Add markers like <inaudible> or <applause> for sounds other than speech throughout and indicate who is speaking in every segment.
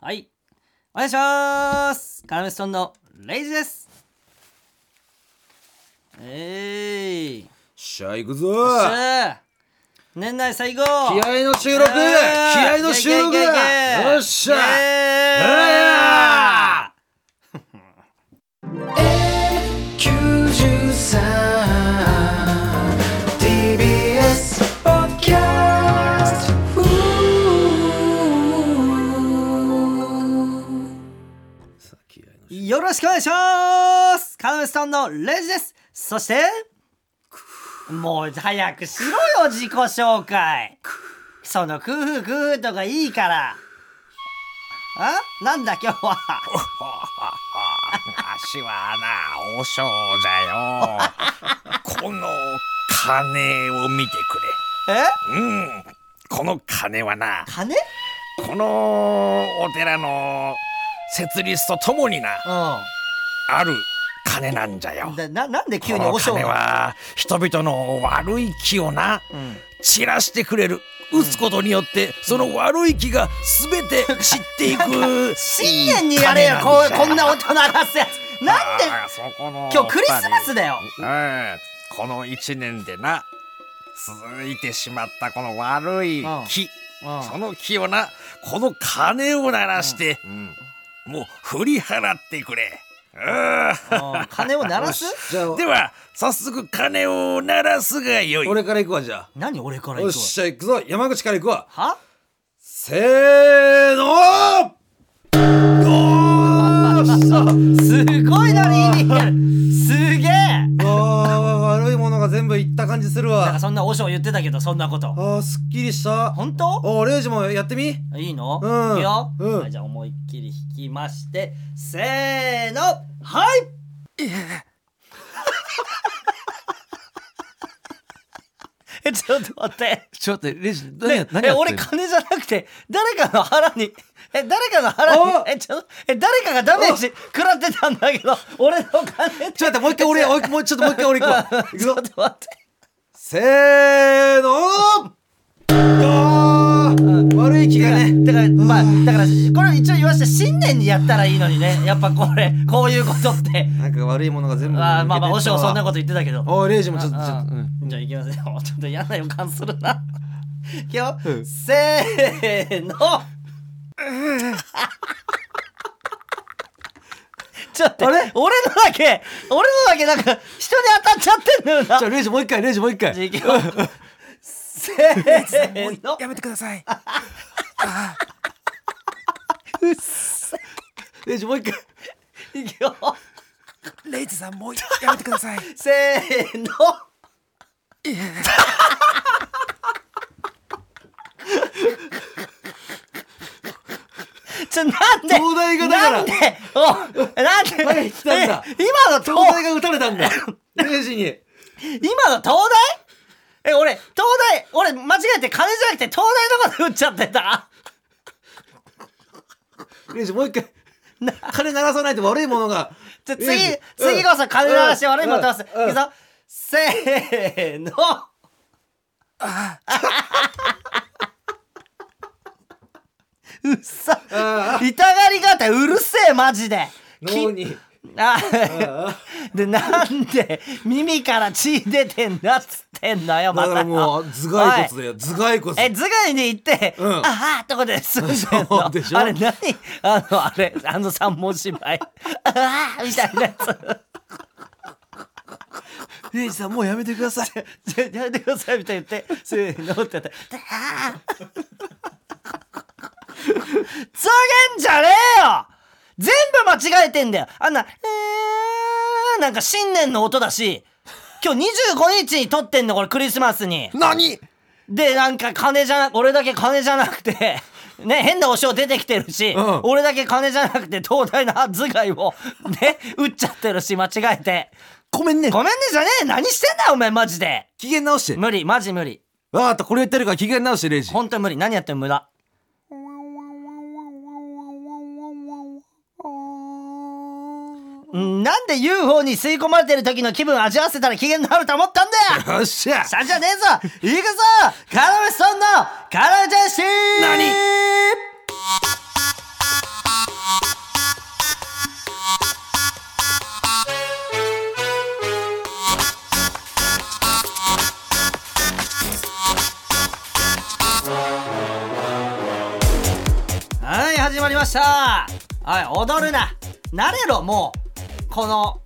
Speaker 1: はいお願いしますカラメストーンのレイジですえい、
Speaker 2: しゃあ行くぞ
Speaker 1: よっしゃー年内最後
Speaker 2: 気合の収録気合の収録だよっしゃ
Speaker 1: ゃ
Speaker 2: さあ気合の
Speaker 1: よろしくお願いしますカナメスさんのレジですそしてもう早くしろよ自己紹介そのクフクフとかいいからあなんだ今日は
Speaker 3: 足はな、おしょうじゃ
Speaker 2: <laughs>
Speaker 3: よ。この金を見て
Speaker 1: え
Speaker 3: くれ。うん。この金はな、
Speaker 1: 金
Speaker 3: このお寺の設立とともにな、
Speaker 1: う
Speaker 3: ある金なんじゃよ
Speaker 1: ん。でななんで急
Speaker 3: こ
Speaker 1: に
Speaker 3: の
Speaker 1: おしょう
Speaker 3: 金は人々の悪い気をな、
Speaker 1: うん
Speaker 3: 散らしてくれる。打つことによって、その悪い気がすべ
Speaker 1: <laughs>
Speaker 3: て散っていく。
Speaker 1: 深夜にやれよこうこんな大人がすやつなんで
Speaker 3: あーそこの
Speaker 1: 今日クリスマスだよ
Speaker 3: うんこの一年でな続いてしまったこの悪い気、
Speaker 1: うん
Speaker 3: その気をなこの金を鳴らして、もう振り払ってくれ、うん
Speaker 1: うん金を鳴らす
Speaker 2: じゃあ
Speaker 3: では早速金を鳴らすがよい
Speaker 2: 俺から行くわじゃ
Speaker 1: 何俺か
Speaker 2: あ
Speaker 1: ら
Speaker 2: よ
Speaker 1: 行
Speaker 2: っ
Speaker 1: くわ
Speaker 2: しゃ行くぞ山口から行くわ
Speaker 1: は
Speaker 2: せーの
Speaker 1: すごいなリーニンすげえ
Speaker 2: あー悪いものが全部いった感じする
Speaker 1: なんか
Speaker 2: わ
Speaker 1: そんな和尚言ってたけどそんなこと
Speaker 2: あーすっきりした
Speaker 1: 本当
Speaker 2: おレイジもやってみ
Speaker 1: いいの、
Speaker 2: うん
Speaker 1: いくよ、
Speaker 2: うん
Speaker 1: はいじゃあ思いっきり引きましてせーのはい <laughs> えちょっと待って
Speaker 4: ちょっと待って、レジ、何や
Speaker 1: ね、え俺金じゃなくて誰かの腹にえ誰かの腹
Speaker 2: あ
Speaker 1: にえちょえ誰かがダメージ食らってたんだけど俺の金
Speaker 2: ちょっと待ってもう一回俺もうちょっともう一回俺行くわ行
Speaker 1: <laughs>
Speaker 2: く
Speaker 1: ちょっ
Speaker 2: ぞ
Speaker 1: と待って
Speaker 2: せーのあー悪い気がね
Speaker 1: だからまあだからこれ一応言わして新年にやったらいいのに
Speaker 2: <laughs>
Speaker 1: ねやっぱこれこういうことって
Speaker 2: なんか悪いものが全部
Speaker 1: あーまあまあおしょうそんな
Speaker 2: こ
Speaker 1: こと言ってたけど
Speaker 2: おいレイジもちょっとちょっ
Speaker 1: あ
Speaker 2: とうん
Speaker 1: あじゃあいきますよ <laughs> ちょっと嫌な予感する
Speaker 2: <laughs>
Speaker 1: ないくよ、
Speaker 2: うん
Speaker 1: せ
Speaker 2: <laughs>
Speaker 1: ーのちょっと
Speaker 2: あ
Speaker 1: 俺
Speaker 2: れ
Speaker 1: のだけ俺のだけなんか人に当たっちゃってんだよな
Speaker 2: じゃあレイジもう一回レイジもう一回
Speaker 1: じゃあいくよせー
Speaker 2: <laughs>
Speaker 1: の
Speaker 3: やめてください
Speaker 2: レイジもう一回
Speaker 1: <laughs> いくよ
Speaker 3: レイズさんもうやめてくだ
Speaker 2: <laughs>
Speaker 3: さい
Speaker 1: せーのちょなんで
Speaker 2: 東大がだから
Speaker 1: なんでおなんで
Speaker 2: 前に来たんだ
Speaker 1: え今の東
Speaker 2: 東大が打たれたんだレイジに
Speaker 1: 今の東大え俺東大俺間違えて金じゃなくて東大のこと打っちゃってた
Speaker 2: レイジもう一回金鳴らさないと悪いものが
Speaker 1: じゃ次
Speaker 2: レイジ
Speaker 1: 次こそ金の話悪いもん出すい
Speaker 2: うんうん
Speaker 1: くぞせーのうっさ
Speaker 2: あ
Speaker 1: 痛がり方うるせえマジでき
Speaker 2: 脳に
Speaker 1: あ
Speaker 2: あ
Speaker 1: でなんで耳から血出てんだっつってんだよ
Speaker 2: だ
Speaker 1: ま
Speaker 2: から
Speaker 1: た
Speaker 2: もう頭蓋骨だよ頭蓋骨
Speaker 1: え頭蓋に行って「
Speaker 2: うん
Speaker 1: あはあ」とこで済んでん
Speaker 2: そう
Speaker 1: の
Speaker 2: でしょ
Speaker 1: あれ何あのあれあの三文芝居「あはあ」みたいなや
Speaker 2: レイジさんもうやめてください
Speaker 1: つ「ちょやめてください」みたいに言って「せーの」ってやって「ああ」つげんじゃねえよ全部間違えてんだよあんな「えー」なんか新年の音だし今日25日に撮ってんのこれクリスマスに。
Speaker 3: 何
Speaker 1: でなんか金じゃな俺だけ金じゃなくて <laughs> ね変なお塩出てきてるし、
Speaker 2: ん
Speaker 1: 俺だけ金じゃなくて東大の頭蓋をね打っちゃってるし間違えて
Speaker 2: ごめんね
Speaker 1: ごめんねじゃねえ何してんだよお前マジで
Speaker 2: 機嫌直して
Speaker 1: 無理マジ無理
Speaker 2: わかったこれ言ってるから機嫌直してレイジ
Speaker 1: ほんと無理何やっても無駄うんなんで UFO に吸い込まれてる時の気分味わわせたら機嫌のあると思ったんだよ
Speaker 2: <laughs> よっしゃ
Speaker 1: さんじゃねえぞ行くぞカラメスさんのカラメジャーシー
Speaker 2: 何
Speaker 1: 始まりましたおい踊るな慣れろもうこの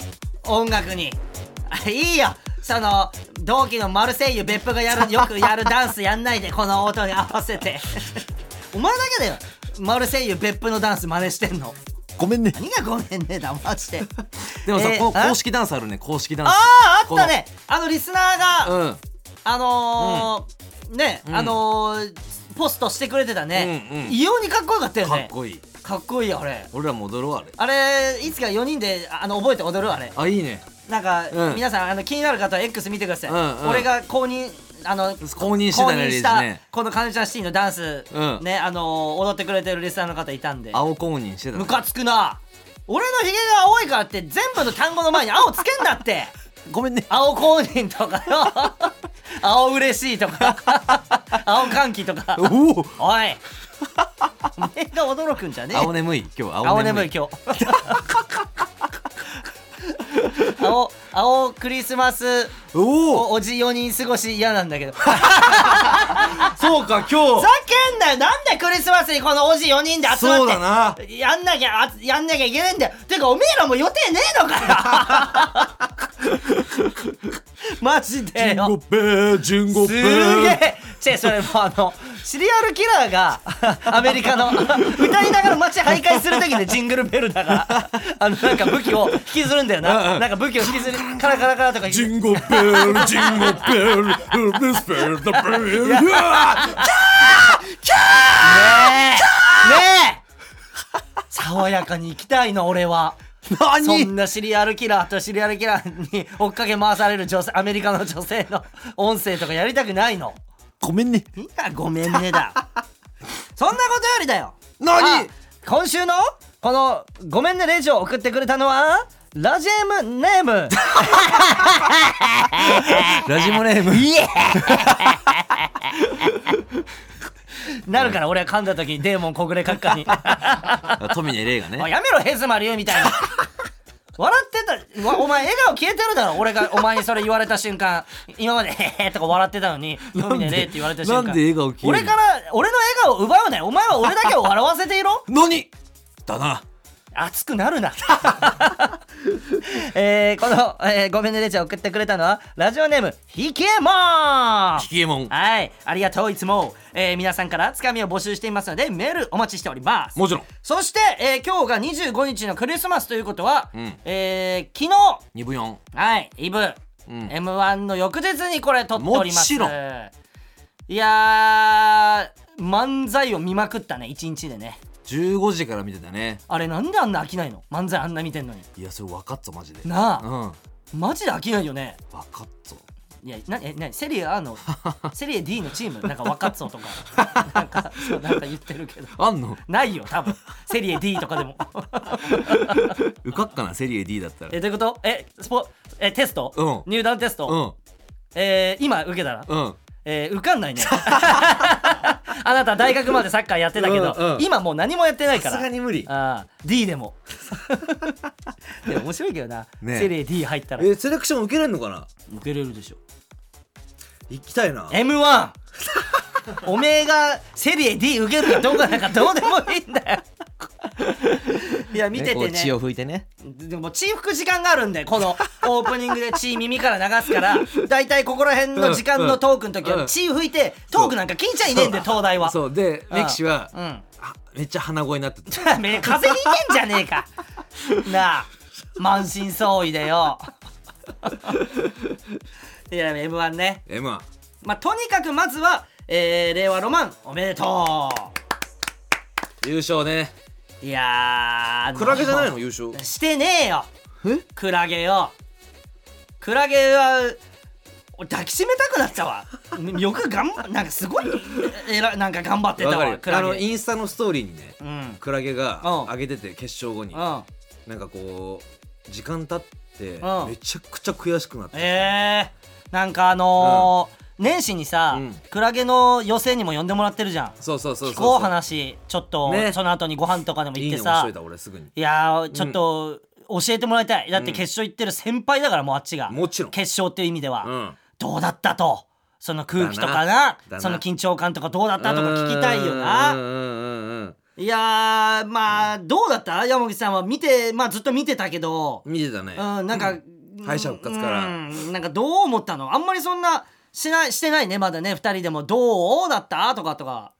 Speaker 1: 音楽に <laughs> あいいよその同期のマルセイユ別府がやるよくやるダンスやんないでこの音に合わせて <laughs> お前だけだよマルセイユ別府のダンス真似してんの
Speaker 2: ごめんね
Speaker 1: 何がごめんねだマジで
Speaker 2: <laughs> でもさ、
Speaker 1: えー
Speaker 2: この
Speaker 1: あ
Speaker 2: 公式ダンスあるね公式ダンス
Speaker 1: あああったねあのリスナーが、
Speaker 2: うん
Speaker 1: あのーね、
Speaker 2: うん
Speaker 1: あのーポストしてくれてたね、
Speaker 2: うんうん
Speaker 1: 異様にかっこよかったよね
Speaker 2: かっこいい
Speaker 1: かっこいいよあれ
Speaker 2: 俺らも踊ろうあれ
Speaker 1: あれいつか4人であの覚えて踊るあれ
Speaker 2: あいいね
Speaker 1: なんか、
Speaker 2: うん
Speaker 1: 皆さんあの気になる方は X 見てください、
Speaker 2: うんうん
Speaker 1: 俺が公認あの
Speaker 2: 公認してた
Speaker 1: 公認
Speaker 2: ね
Speaker 1: し
Speaker 2: レイジね
Speaker 1: このカヌちゃんシティのダンス、
Speaker 2: うん
Speaker 1: ねあの踊ってくれてるリスナーの方いたんで
Speaker 2: 青公認してたね
Speaker 1: ムカつくな俺のヒゲが青いからって全部の単語の前に青つけんなって <laughs>
Speaker 2: ごめんね
Speaker 1: 青公認とかよ <laughs> 青嬉しいとか <laughs> 青歓喜とか
Speaker 2: おお
Speaker 1: おいおめえが驚くんじゃねえ
Speaker 2: 青眠い今日
Speaker 1: 青眠い今日 <laughs> 青青クリスマス
Speaker 2: おお
Speaker 1: おおじ4人過ごし嫌なんだけどふ
Speaker 2: そうか今
Speaker 1: ざ
Speaker 2: 日
Speaker 1: けんなよなんでクリスマスにこのおじ4人で集まって
Speaker 2: そうだな
Speaker 1: やんなきゃあやんなきゃいけないんだよてかおめえらもう予定ねえのかよ <laughs> マジで
Speaker 2: ジンゴ
Speaker 1: よ
Speaker 2: ベージンゴ
Speaker 1: す
Speaker 2: ベ
Speaker 1: げ
Speaker 2: ー
Speaker 1: え違うそれもうあのシリアルキラーが <laughs> アメリカの歌いながら街徘徊する時でジングルベルだから <laughs> あのなんか武器を引きずるんだよ
Speaker 2: うんう
Speaker 1: なんなんか武器を引きずるカラカラカラとか引きず
Speaker 2: ジ
Speaker 1: る
Speaker 2: ンゴベールジンゴベールルスベルダベルうわー
Speaker 1: ねえねえ爽やかに行きたいの俺はそんなシリアルキラーとシリアルキラーに追っかけ回される女性アメリカの女性の音声とかやりたくないの
Speaker 2: ごめんね
Speaker 1: いいかごめんねだ <laughs> そんなことよりだよ
Speaker 2: 何
Speaker 1: あ今週のこの「ごめんねレジ」を送ってくれたのはラジエムネー <laughs> ム
Speaker 2: ラジモネーム
Speaker 1: イエーなるから俺は噛んだ時にデーモン小暮閣下に
Speaker 2: あ富野玲が
Speaker 1: おい
Speaker 2: ね
Speaker 1: やめろヘズマリュウみ
Speaker 2: <laughs>
Speaker 1: たいな笑ってたわお前笑顔消えてるだろ俺がお前にそれ言われた瞬間今まで「へへ」とか笑ってたのに「
Speaker 2: なんで
Speaker 1: 飲みねえ」って言われた瞬間
Speaker 2: なんで笑顔消え
Speaker 1: 俺
Speaker 2: る
Speaker 1: から俺の笑顔を奪うなよお前は俺だけを笑わせていろ
Speaker 2: 何だな
Speaker 1: 熱くなる
Speaker 2: <laughs>
Speaker 1: なえー、この、えーごめんねレちゃん送ってくれたのはラジオネームひけ
Speaker 2: <laughs>
Speaker 1: まー
Speaker 2: キキエモン
Speaker 1: はいありがとういつも、えー皆さんからつかみを募集していますのでメールお待ちしております
Speaker 2: もちろん
Speaker 1: そして、えー今日が25日のクリスマスということは、
Speaker 2: うん
Speaker 1: えー昨日、
Speaker 2: 二部四
Speaker 1: はい、イブ、
Speaker 2: うん
Speaker 1: m 1の翌日にこれ撮っております
Speaker 2: もちろん
Speaker 1: いやー漫才を見まくったね一日でね
Speaker 2: 15時から見てたね
Speaker 1: あれなんであんな飽きないの漫才あんな見てんのに
Speaker 2: いやそれ分かっぞマジで
Speaker 1: なあ
Speaker 2: うん分
Speaker 1: マジで飽きないよね
Speaker 2: かっぞ
Speaker 1: いやなえなセリエ A
Speaker 2: <laughs>
Speaker 1: のセリエ D のチームなんか若っそうとか <laughs> なんかそうなんか言ってるけど
Speaker 2: あんの
Speaker 1: ないよ多分セリエ D とかでも
Speaker 2: 受かっかなセリエ D だったら
Speaker 1: えどういうことえスポえテスト、
Speaker 2: うん
Speaker 1: 入団テスト、
Speaker 2: うん
Speaker 1: えー今受けたら、
Speaker 2: うん
Speaker 1: えー受かんないね <laughs> あなた大学までサッカーやってたけど、
Speaker 2: うんうん
Speaker 1: 今もう何もやってないか
Speaker 2: さ
Speaker 1: ら
Speaker 2: すがに無理
Speaker 1: あー D でも <laughs> でも面白いけどな、
Speaker 2: ねえ
Speaker 1: セリエ D 入ったら
Speaker 2: えセレクション受けれんのかな
Speaker 1: 受けれるでしょ
Speaker 2: 行きたいな
Speaker 1: m 1 <laughs> おめえがセリエ D 受けるかどうかなんかどうでもいいん
Speaker 2: <laughs>
Speaker 1: だよいや見ててね
Speaker 2: 血を拭いてね
Speaker 1: でも血拭く時間があるんでこのオープニングで血耳から流すからだいたいここら辺の時間のトークの時
Speaker 2: うんう
Speaker 1: は
Speaker 2: ん
Speaker 1: 血拭いてトークなんか聞いちゃいねえんで東大は
Speaker 2: そうで
Speaker 1: うん
Speaker 2: メキシは
Speaker 1: うん <laughs>
Speaker 2: あめっちゃ鼻声になってた
Speaker 1: め風邪ひいてんじゃねえかなあ満身創痍でよいや m 1ね
Speaker 2: えま
Speaker 1: まあとにかくまずは、えー令和ロマンおめでと
Speaker 2: 優勝ね
Speaker 1: ういやー
Speaker 2: クラゲじゃないの優勝
Speaker 1: してねえよ
Speaker 2: え
Speaker 1: クラゲよクラゲは俺抱きしめたくなったわ <laughs> よく頑張なんかすごいえらなんか頑張って
Speaker 2: わ
Speaker 1: た
Speaker 2: か
Speaker 1: わ
Speaker 2: る
Speaker 1: クラ
Speaker 2: あの
Speaker 1: ゲ
Speaker 2: インスタのストーリーにね
Speaker 1: うんうん
Speaker 2: クラゲ
Speaker 1: う
Speaker 2: が
Speaker 1: ん
Speaker 2: 上げてて決勝後になんかこう時間経って
Speaker 1: うん
Speaker 2: めちゃくちゃ悔しくなって
Speaker 1: えー、なんかあのー年始にさ、
Speaker 2: うん
Speaker 1: クラゲの予選にも呼んでもらってるじゃん
Speaker 2: そうそうそう
Speaker 1: 聞
Speaker 2: そう
Speaker 1: こう話ちょっと、
Speaker 2: ね
Speaker 1: その後にご飯とかでも
Speaker 2: い
Speaker 1: 行
Speaker 2: い
Speaker 1: っ
Speaker 2: ね
Speaker 1: て
Speaker 2: 押
Speaker 1: さ
Speaker 2: しといた俺すぐに
Speaker 1: いやーちょっと教えてもらいたいだって決勝行ってる先輩だからもうあっちが、
Speaker 2: もちろん
Speaker 1: 決勝っていう意味では、
Speaker 2: うん
Speaker 1: どうだったとその空気とかな
Speaker 2: だな
Speaker 1: その緊張感とかどうだったとか聞きたいよ
Speaker 2: うん
Speaker 1: な
Speaker 2: うんうんうんうん
Speaker 1: いやかまあどうだった山口さんは見てまあずっと見てたけど、
Speaker 2: 見てたね
Speaker 1: うん、なんか、
Speaker 2: 敗者復活から
Speaker 1: うんなんかどう思ったのあんまりそんなしないしてないねまだね2人でもどうだったとかとか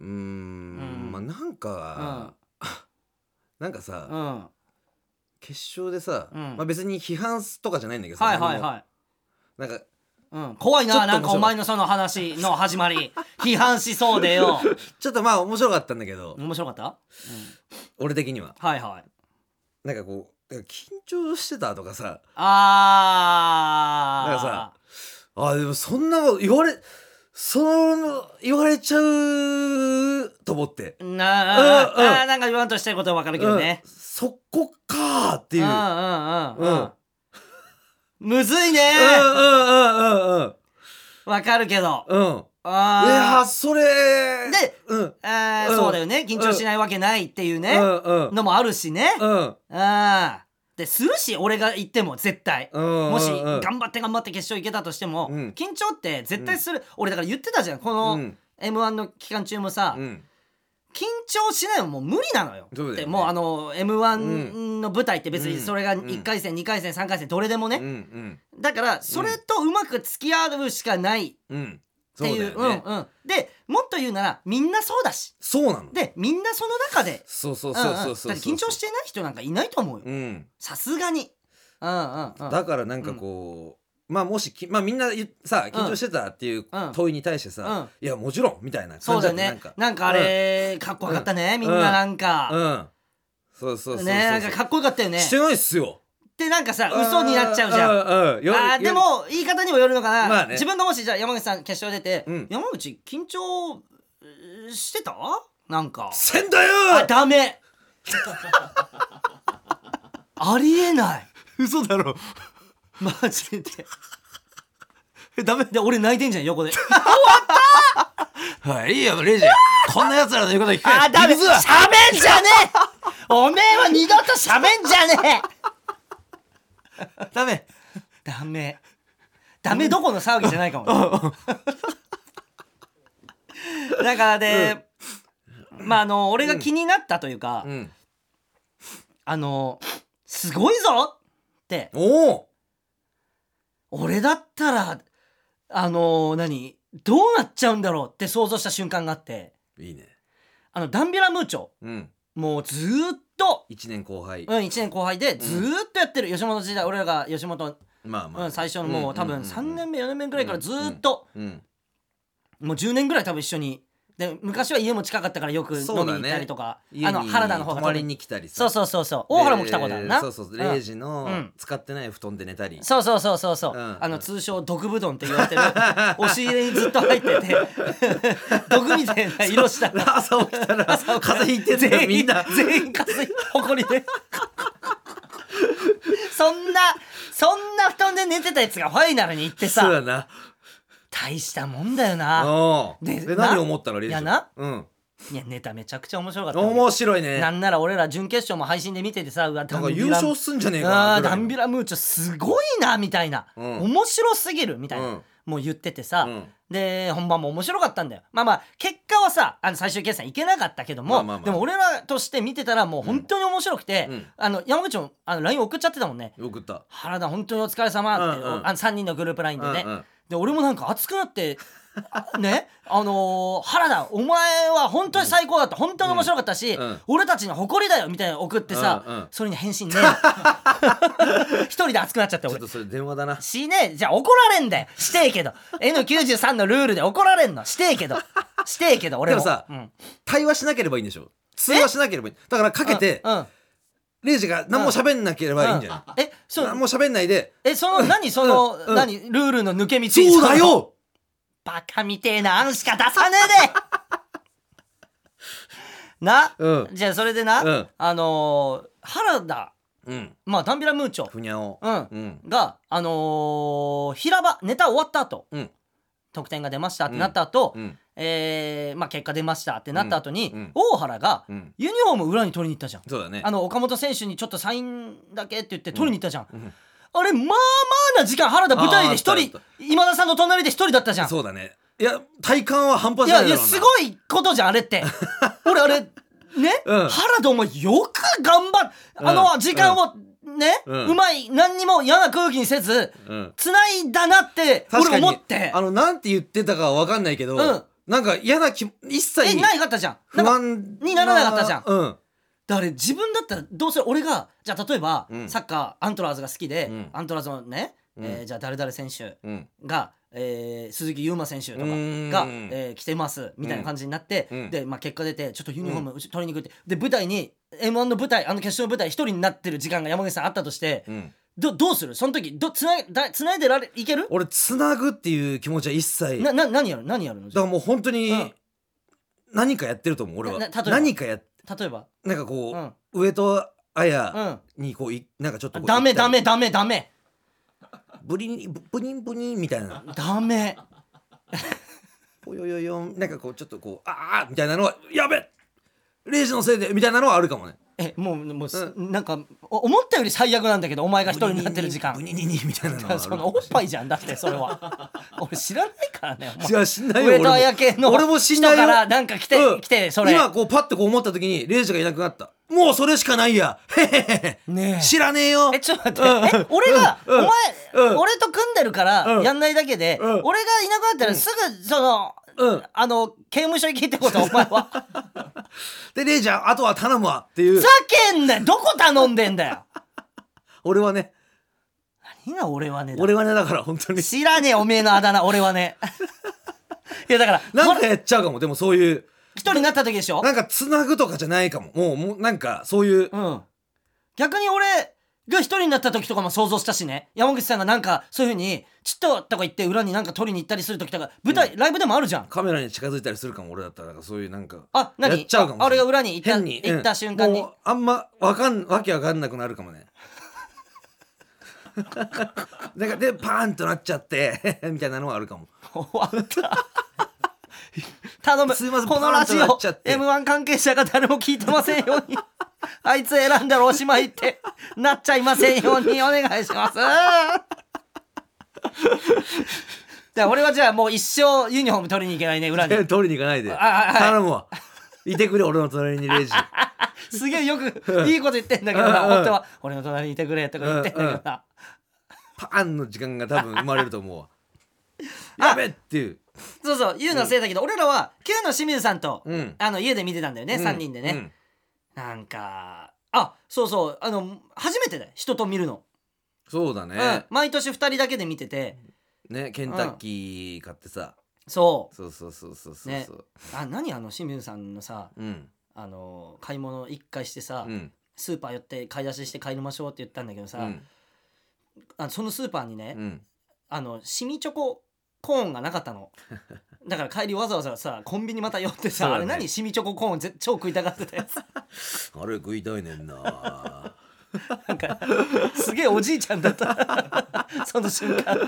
Speaker 2: うーんまあなんか、なんかさ、
Speaker 1: うん
Speaker 2: 決勝でさ、
Speaker 1: うん
Speaker 2: まあ、別に批判とかじゃないんだけどさ、
Speaker 1: はいはい
Speaker 2: 何も
Speaker 1: はい
Speaker 2: なんか
Speaker 1: うん、怖い
Speaker 2: ちょ
Speaker 1: な
Speaker 2: っと
Speaker 1: なん
Speaker 2: 面白い
Speaker 1: かお前のその話の始ま
Speaker 2: <laughs>
Speaker 1: り批判しそうでよ
Speaker 2: ちょっとまあ面白かったんだけど、
Speaker 1: 面白かった
Speaker 2: 俺的には
Speaker 1: はいはい
Speaker 2: なんかこうなんか緊張してたとかさ
Speaker 1: あー
Speaker 2: なんかさあでもそんなこと言われその言われちゃうと思って、
Speaker 1: なあ,、
Speaker 2: うんうん
Speaker 1: あーなんか言わんとしてることは分かるけどね
Speaker 2: うん、そこかーっていうう、
Speaker 1: んう
Speaker 2: うんん、
Speaker 1: うんうん、むずいね
Speaker 2: うんうんうんうん
Speaker 1: 分かるけど
Speaker 2: うんいや
Speaker 1: あ
Speaker 2: ーそれ
Speaker 1: で
Speaker 2: うん
Speaker 1: ーあー、
Speaker 2: うん
Speaker 1: そうだよね緊張しないわけないっていうね、
Speaker 2: うんうん
Speaker 1: のもあるしね、
Speaker 2: うん
Speaker 1: あーでするし俺が言っても絶対、
Speaker 2: うん
Speaker 1: もし
Speaker 2: うんうん
Speaker 1: 頑張って頑張って決勝行けたとしても、
Speaker 2: うん
Speaker 1: 緊張って絶対する、俺だから言ってたじゃんこの
Speaker 2: う
Speaker 1: m
Speaker 2: ん
Speaker 1: 1の期間中もさ、
Speaker 2: うん
Speaker 1: 緊張しないのもう無理なのよ
Speaker 2: そうだ
Speaker 1: で
Speaker 2: よね
Speaker 1: もうあの m 1の舞台って別にそれが
Speaker 2: うん
Speaker 1: 1回戦、2回戦3回戦どれでも
Speaker 2: う
Speaker 1: ね、
Speaker 2: ん
Speaker 1: だからそれとうまく付き合うしかないっ
Speaker 2: うんうん
Speaker 1: ていう
Speaker 2: そうだよね
Speaker 1: んうん、でもっと言うならみんなそうだし
Speaker 2: そうなの
Speaker 1: でみんなその中で
Speaker 2: そうそう
Speaker 1: うん
Speaker 2: そううんそ
Speaker 1: だっ
Speaker 2: う
Speaker 1: て
Speaker 2: そう
Speaker 1: 緊張してない人なんかいないと思うよ
Speaker 2: うん
Speaker 1: さすがにうんうんうん
Speaker 2: だからなんかこうまあもしきまあみんな言っさ緊張してたっていう問いに対してさいやもちろんみたいな
Speaker 1: そう
Speaker 2: 感
Speaker 1: だ
Speaker 2: じだ
Speaker 1: よ
Speaker 2: っ
Speaker 1: ね
Speaker 2: たなんか
Speaker 1: なんかあれかっこよかったねみんななん
Speaker 2: う
Speaker 1: か
Speaker 2: んそうそうそうそう
Speaker 1: ねなんかかっこよかったよね
Speaker 2: して
Speaker 1: っ
Speaker 2: ないっすよ
Speaker 1: てなんかさ嘘になっちゃうじゃん
Speaker 2: んうん
Speaker 1: あーでも言い方にもよるのかな、
Speaker 2: まあね
Speaker 1: 自分がもしじゃあ山口さん決勝出て、
Speaker 2: うん
Speaker 1: 山口緊張えーしてたなんか
Speaker 2: せんだよ
Speaker 1: あダメ <laughs> ありえない
Speaker 2: 嘘だろ
Speaker 1: マジでダメで俺泣いてんじゃん横で
Speaker 2: はいいいよレイ <laughs> ジこんな奴らの言うこと聞く
Speaker 1: あーダメ
Speaker 2: 行
Speaker 1: 喋
Speaker 2: くぞ
Speaker 1: んじゃねえおめえは二度と喋んじゃね <laughs>
Speaker 2: ダメ
Speaker 1: えダメダメどこの騒ぎじゃないかも、だからで、まああの俺が気になったというか、
Speaker 2: うん
Speaker 1: あのすごいぞって
Speaker 2: おお
Speaker 1: 俺だったらあの何どうなっちゃうんだろうって想像した瞬間があって
Speaker 2: いいね
Speaker 1: あのダンビラムーチョ
Speaker 2: うん
Speaker 1: もうずーっと、
Speaker 2: 一年後輩
Speaker 1: うん、1年後輩でずーっとやってる、吉本時代俺らが吉本、
Speaker 2: まあま
Speaker 1: う
Speaker 2: あ
Speaker 1: ん、最初のもう、多分3年目4年目ぐらいからずーっと、
Speaker 2: うん
Speaker 1: もう10年ぐらい多分一緒にで昔は家も近かったからよく飲みに行ったりとか、
Speaker 2: 家
Speaker 1: あ
Speaker 2: に
Speaker 1: の原田の方が
Speaker 2: 泊まりに来たり
Speaker 1: そうそうそうそう大原も来たことあるな、
Speaker 2: でそうそう
Speaker 1: うん
Speaker 2: レイジ
Speaker 1: う
Speaker 2: の
Speaker 1: ん
Speaker 2: 使ってない布団で寝たり
Speaker 1: そうそうそうそうそう、
Speaker 2: うん
Speaker 1: あの
Speaker 2: うん
Speaker 1: 通称毒ブドンって言われてるお尻にずっと入って
Speaker 2: <laughs>
Speaker 1: て毒みたいな <laughs> 色した
Speaker 2: 朝起きた
Speaker 1: <laughs>
Speaker 2: ら <laughs> 風邪ひいて
Speaker 1: 全
Speaker 2: て
Speaker 1: 員
Speaker 2: みんな
Speaker 1: 全員かすいほこりで <laughs> そんなそんな布団で寝てたやつがファイナルに行って
Speaker 2: そうだ
Speaker 1: さ
Speaker 2: な
Speaker 1: 大したもんだよな
Speaker 2: うん
Speaker 1: で
Speaker 2: で
Speaker 1: な
Speaker 2: 何思ったのレイジ
Speaker 1: いやな
Speaker 2: うん
Speaker 1: いやネタめちゃくちゃ面白かったわ
Speaker 2: 面白い
Speaker 1: な
Speaker 2: ね
Speaker 1: んなら俺ら準決勝も配信で見ててさうわ
Speaker 2: な
Speaker 1: ダ
Speaker 2: ん
Speaker 1: ン
Speaker 2: か
Speaker 1: ビ
Speaker 2: 優
Speaker 1: ラ
Speaker 2: 勝すんじゃねえか
Speaker 1: あー
Speaker 2: なぐら
Speaker 1: ダ
Speaker 2: いの
Speaker 1: ンビラムーチョすごいなみたいな、
Speaker 2: うん
Speaker 1: 面白すぎるみたいな、
Speaker 2: うん
Speaker 1: もう言っててさ、
Speaker 2: うん
Speaker 1: で本番も面白かったんだよまあまあ結果はさあの最終決戦いけなかったけども、
Speaker 2: まあまあまあ
Speaker 1: でも俺らとして見てたらもう本当に面白くて、
Speaker 2: うん
Speaker 1: あの山口もあの LINE 送っちゃってたもんね
Speaker 2: 送った
Speaker 1: 「原田本当にお疲れ様って、
Speaker 2: うんうん
Speaker 1: あの3人のグループ LINE でね、
Speaker 2: うんうん
Speaker 1: で俺もなんか熱くなってあねあのー原田お前は本当に最高だった、本当に面白かったし、
Speaker 2: うん
Speaker 1: 俺たちの誇りだよみたいなの送ってさ、
Speaker 2: うんうん
Speaker 1: それに返信ね
Speaker 2: <laughs>
Speaker 1: 一人で熱くなっちゃって
Speaker 2: ちょ
Speaker 1: 俺
Speaker 2: っとそれ電話だな
Speaker 1: しねえじゃあ怒られんだよしてえけど N93 のルールで怒られんのしてえけどしてえけど俺も
Speaker 2: でもさ
Speaker 1: うん、
Speaker 2: 対話しなければいいんでしょ通話しなければいいだからかけて
Speaker 1: うんうん
Speaker 2: レイジが何も喋んなければいいんじゃない
Speaker 1: うんえそ
Speaker 2: 何も
Speaker 1: う
Speaker 2: 喋んないで
Speaker 1: えその何その、
Speaker 2: うんうん
Speaker 1: 何ルールの抜け道
Speaker 2: そうだよ
Speaker 1: バカみてえな案しか出さねえでな、
Speaker 2: うん
Speaker 1: じゃあそれでな、
Speaker 2: うん
Speaker 1: あのー原田
Speaker 2: うん
Speaker 1: まあダンビラムーチョ
Speaker 2: ふにゃお
Speaker 1: うん
Speaker 2: うん
Speaker 1: があのー平場ネタ終わった後
Speaker 2: うん
Speaker 1: 得点が出ましたってなった後、
Speaker 2: うん
Speaker 1: えーまあ、結果出ましたってなった後に、
Speaker 2: うんうん
Speaker 1: 大原が
Speaker 2: うん
Speaker 1: ユニフォーム裏に取りに行ったじゃん、
Speaker 2: そうだね
Speaker 1: あの岡本選手にちょっとサインだけって言って取りに行ったじゃん、
Speaker 2: うん
Speaker 1: あれまあまあな時間原田舞台で一
Speaker 2: あーあっ
Speaker 1: 人
Speaker 2: たあっ
Speaker 1: 今田さんの隣で一人だったじゃん
Speaker 2: そうだねいや体感は半
Speaker 1: い
Speaker 2: 端じゃ
Speaker 1: や
Speaker 2: ないい
Speaker 1: や
Speaker 2: だろうな <laughs>
Speaker 1: すごいことじゃんあれって俺あれね、
Speaker 2: うん
Speaker 1: 原田お前よく頑張っあ
Speaker 2: う
Speaker 1: の
Speaker 2: ん
Speaker 1: 時間をね、う
Speaker 2: うん
Speaker 1: まい何にも嫌な空気にせず
Speaker 2: うん
Speaker 1: 繋いだなって
Speaker 2: 確
Speaker 1: 俺
Speaker 2: かに
Speaker 1: 思って
Speaker 2: あのなんて言ってたかは分かんないけど、
Speaker 1: うん
Speaker 2: なんか嫌な気一
Speaker 1: え
Speaker 2: 切
Speaker 1: ないかったじゃん
Speaker 2: 不
Speaker 1: なんか
Speaker 2: 安
Speaker 1: にならなかったじゃん
Speaker 2: うん
Speaker 1: だから自分だったらどうする俺がじゃあ例えば、
Speaker 2: うん
Speaker 1: サッカーアントラーズが好きで、
Speaker 2: うん
Speaker 1: アントラーズのね、
Speaker 2: うん
Speaker 1: えーじゃあ誰々選手
Speaker 2: うん
Speaker 1: が、えー鈴木優馬選手とかが
Speaker 2: う、ーん
Speaker 1: えー来てますみたいな感じになって、
Speaker 2: うん
Speaker 1: で、まあ、結果出てちょっとユニフォームうち取りに行くってで舞台に m 1の舞台あの決勝の舞台一人になってる時間が山口さんあったとして、
Speaker 2: うん
Speaker 1: どどうするその時どつないだつないでられいける
Speaker 2: 俺つなぐっていう気持ちは一切
Speaker 1: なな何やる何やるの
Speaker 2: だからもう本当
Speaker 1: う
Speaker 2: に
Speaker 1: ん
Speaker 2: 何かやってると思う俺は
Speaker 1: なな例えば
Speaker 2: 何かや
Speaker 1: 例えば
Speaker 2: なんか
Speaker 1: う
Speaker 2: こ
Speaker 1: ん
Speaker 2: う上戸
Speaker 1: う
Speaker 2: 彩
Speaker 1: ん
Speaker 2: にこういなんかちょっとこう
Speaker 1: ダメ
Speaker 2: 行った
Speaker 1: ダ
Speaker 2: り
Speaker 1: メダメダメ
Speaker 2: ブリンブニンブニンみたいな
Speaker 1: ダメ
Speaker 2: ぽよよよんなんかこうちょっとこうああみたいなのはやべレイジのせいでみたいなのはあるかもね
Speaker 1: えもうもうす、なんかお思ったより最悪なんだけどお前が一人になってる時間
Speaker 2: ブニンブニンみたいなの
Speaker 1: だ
Speaker 2: は
Speaker 1: から <laughs>
Speaker 2: ある <laughs>
Speaker 1: そのおっぱいじゃんだってそれは俺知らないからねお前
Speaker 2: いや知んないよ
Speaker 1: 上戸
Speaker 2: 俺も
Speaker 1: 彩系の
Speaker 2: 俺も知んないよ
Speaker 1: 人からなんか来て、
Speaker 2: うん
Speaker 1: 来てそれ
Speaker 2: 今こうパッとこう思った時にレイジがいなくなったもうそれしかないやへへへへ
Speaker 1: ねえ
Speaker 2: 知らねえよ
Speaker 1: えちょっと待って、え俺が、
Speaker 2: うんうん
Speaker 1: お前、
Speaker 2: うん
Speaker 1: 俺と組んでるから
Speaker 2: うん
Speaker 1: やんないだけで、
Speaker 2: うん
Speaker 1: 俺がいなくなったらすぐその、
Speaker 2: うん
Speaker 1: あの刑務所行けってことお前
Speaker 2: <laughs>
Speaker 1: は
Speaker 2: でレイジはあとは頼むわっていう
Speaker 1: ふざけんなよどこ頼んでんだよ
Speaker 2: 俺はね
Speaker 1: 何が俺はねだ
Speaker 2: 俺はねだから本当に
Speaker 1: 知らねえおめえのあだ名俺は
Speaker 2: <laughs>
Speaker 1: ねいやだから
Speaker 2: なん
Speaker 1: ほ
Speaker 2: からやっちゃうかもでもそういう
Speaker 1: 一人になった時でしょ
Speaker 2: なんかつなぐとかじゃないかももうもうなんかそういう
Speaker 1: うん逆に俺が一人になった時とかも想像したしね山口さんがなんかそういうふうにちょっととか言って裏になんか取りに行ったりする時とか舞台、ライブでもあるじゃん
Speaker 2: カメラに近づいたりするかも俺だったらなんかそういうなんか
Speaker 1: あ何
Speaker 2: やっちゃうかもしない
Speaker 1: ああれが裏に行った
Speaker 2: 変にうん
Speaker 1: 行った瞬間に
Speaker 2: もうあんまわかんわけわかんなくなるかもねなんかでパーンとなっちゃって <laughs> みたいなのはあるかも
Speaker 1: <laughs> 終わった。頼む。
Speaker 2: すいません
Speaker 1: このラジオ、
Speaker 2: パーンとなっちゃって
Speaker 1: M1 関係者が誰も聞いてませんよう
Speaker 2: <laughs>
Speaker 1: に。あいつ選んだらおしまいってなっちゃいませんようにお願いし
Speaker 2: <laughs>
Speaker 1: ます。じゃあ俺はじゃあもう一生ユニフォーム取りに行けないね、裏
Speaker 2: <laughs>
Speaker 1: に。
Speaker 2: 取りに行かないで
Speaker 1: ああはい
Speaker 2: 頼むわいてくれ俺の隣
Speaker 1: <laughs>
Speaker 2: にレジ
Speaker 1: すげえよくいいこと言ってんだけどな、
Speaker 2: うんうん
Speaker 1: 本当は俺の隣にいてくれとか言ってんだけどな。
Speaker 2: パーンの時間が多分生まれると思うわやべっていう
Speaker 1: そうそう、ユウのせいだけど、俺らは Q の清水さんと、
Speaker 2: うん
Speaker 1: あの家で見てたんだよね、
Speaker 2: うん
Speaker 1: 3人でね。
Speaker 2: うん
Speaker 1: なんかあそうそうあの初めてだよ人と見るの、
Speaker 2: そうだ
Speaker 1: うん
Speaker 2: ね、
Speaker 1: 毎年2人だけで見てて
Speaker 2: ねケンタッキー買ってさ
Speaker 1: そ
Speaker 2: そうそうそうそうそう
Speaker 1: ね
Speaker 2: そう
Speaker 1: うあ何あの清水さんのさ
Speaker 2: うん
Speaker 1: あの買い物1回してさ、
Speaker 2: うん
Speaker 1: スーパー寄って買い出しして帰りましょうって言ったんだけどさ、
Speaker 2: うん
Speaker 1: あのそのスーパーにね、
Speaker 2: うん
Speaker 1: あのシミチョココーンがなかった
Speaker 2: <laughs>
Speaker 1: のだから帰りわざわざさコンビニまた寄って
Speaker 2: そ
Speaker 1: さ、
Speaker 2: うだ
Speaker 1: あ
Speaker 2: ね
Speaker 1: れ何シミチョココーンぜ超食いたがってた
Speaker 2: <laughs>
Speaker 1: やつ
Speaker 2: あれ食いたいねんな
Speaker 1: なんかすげえおじいちゃんだった
Speaker 2: <laughs>
Speaker 1: その瞬間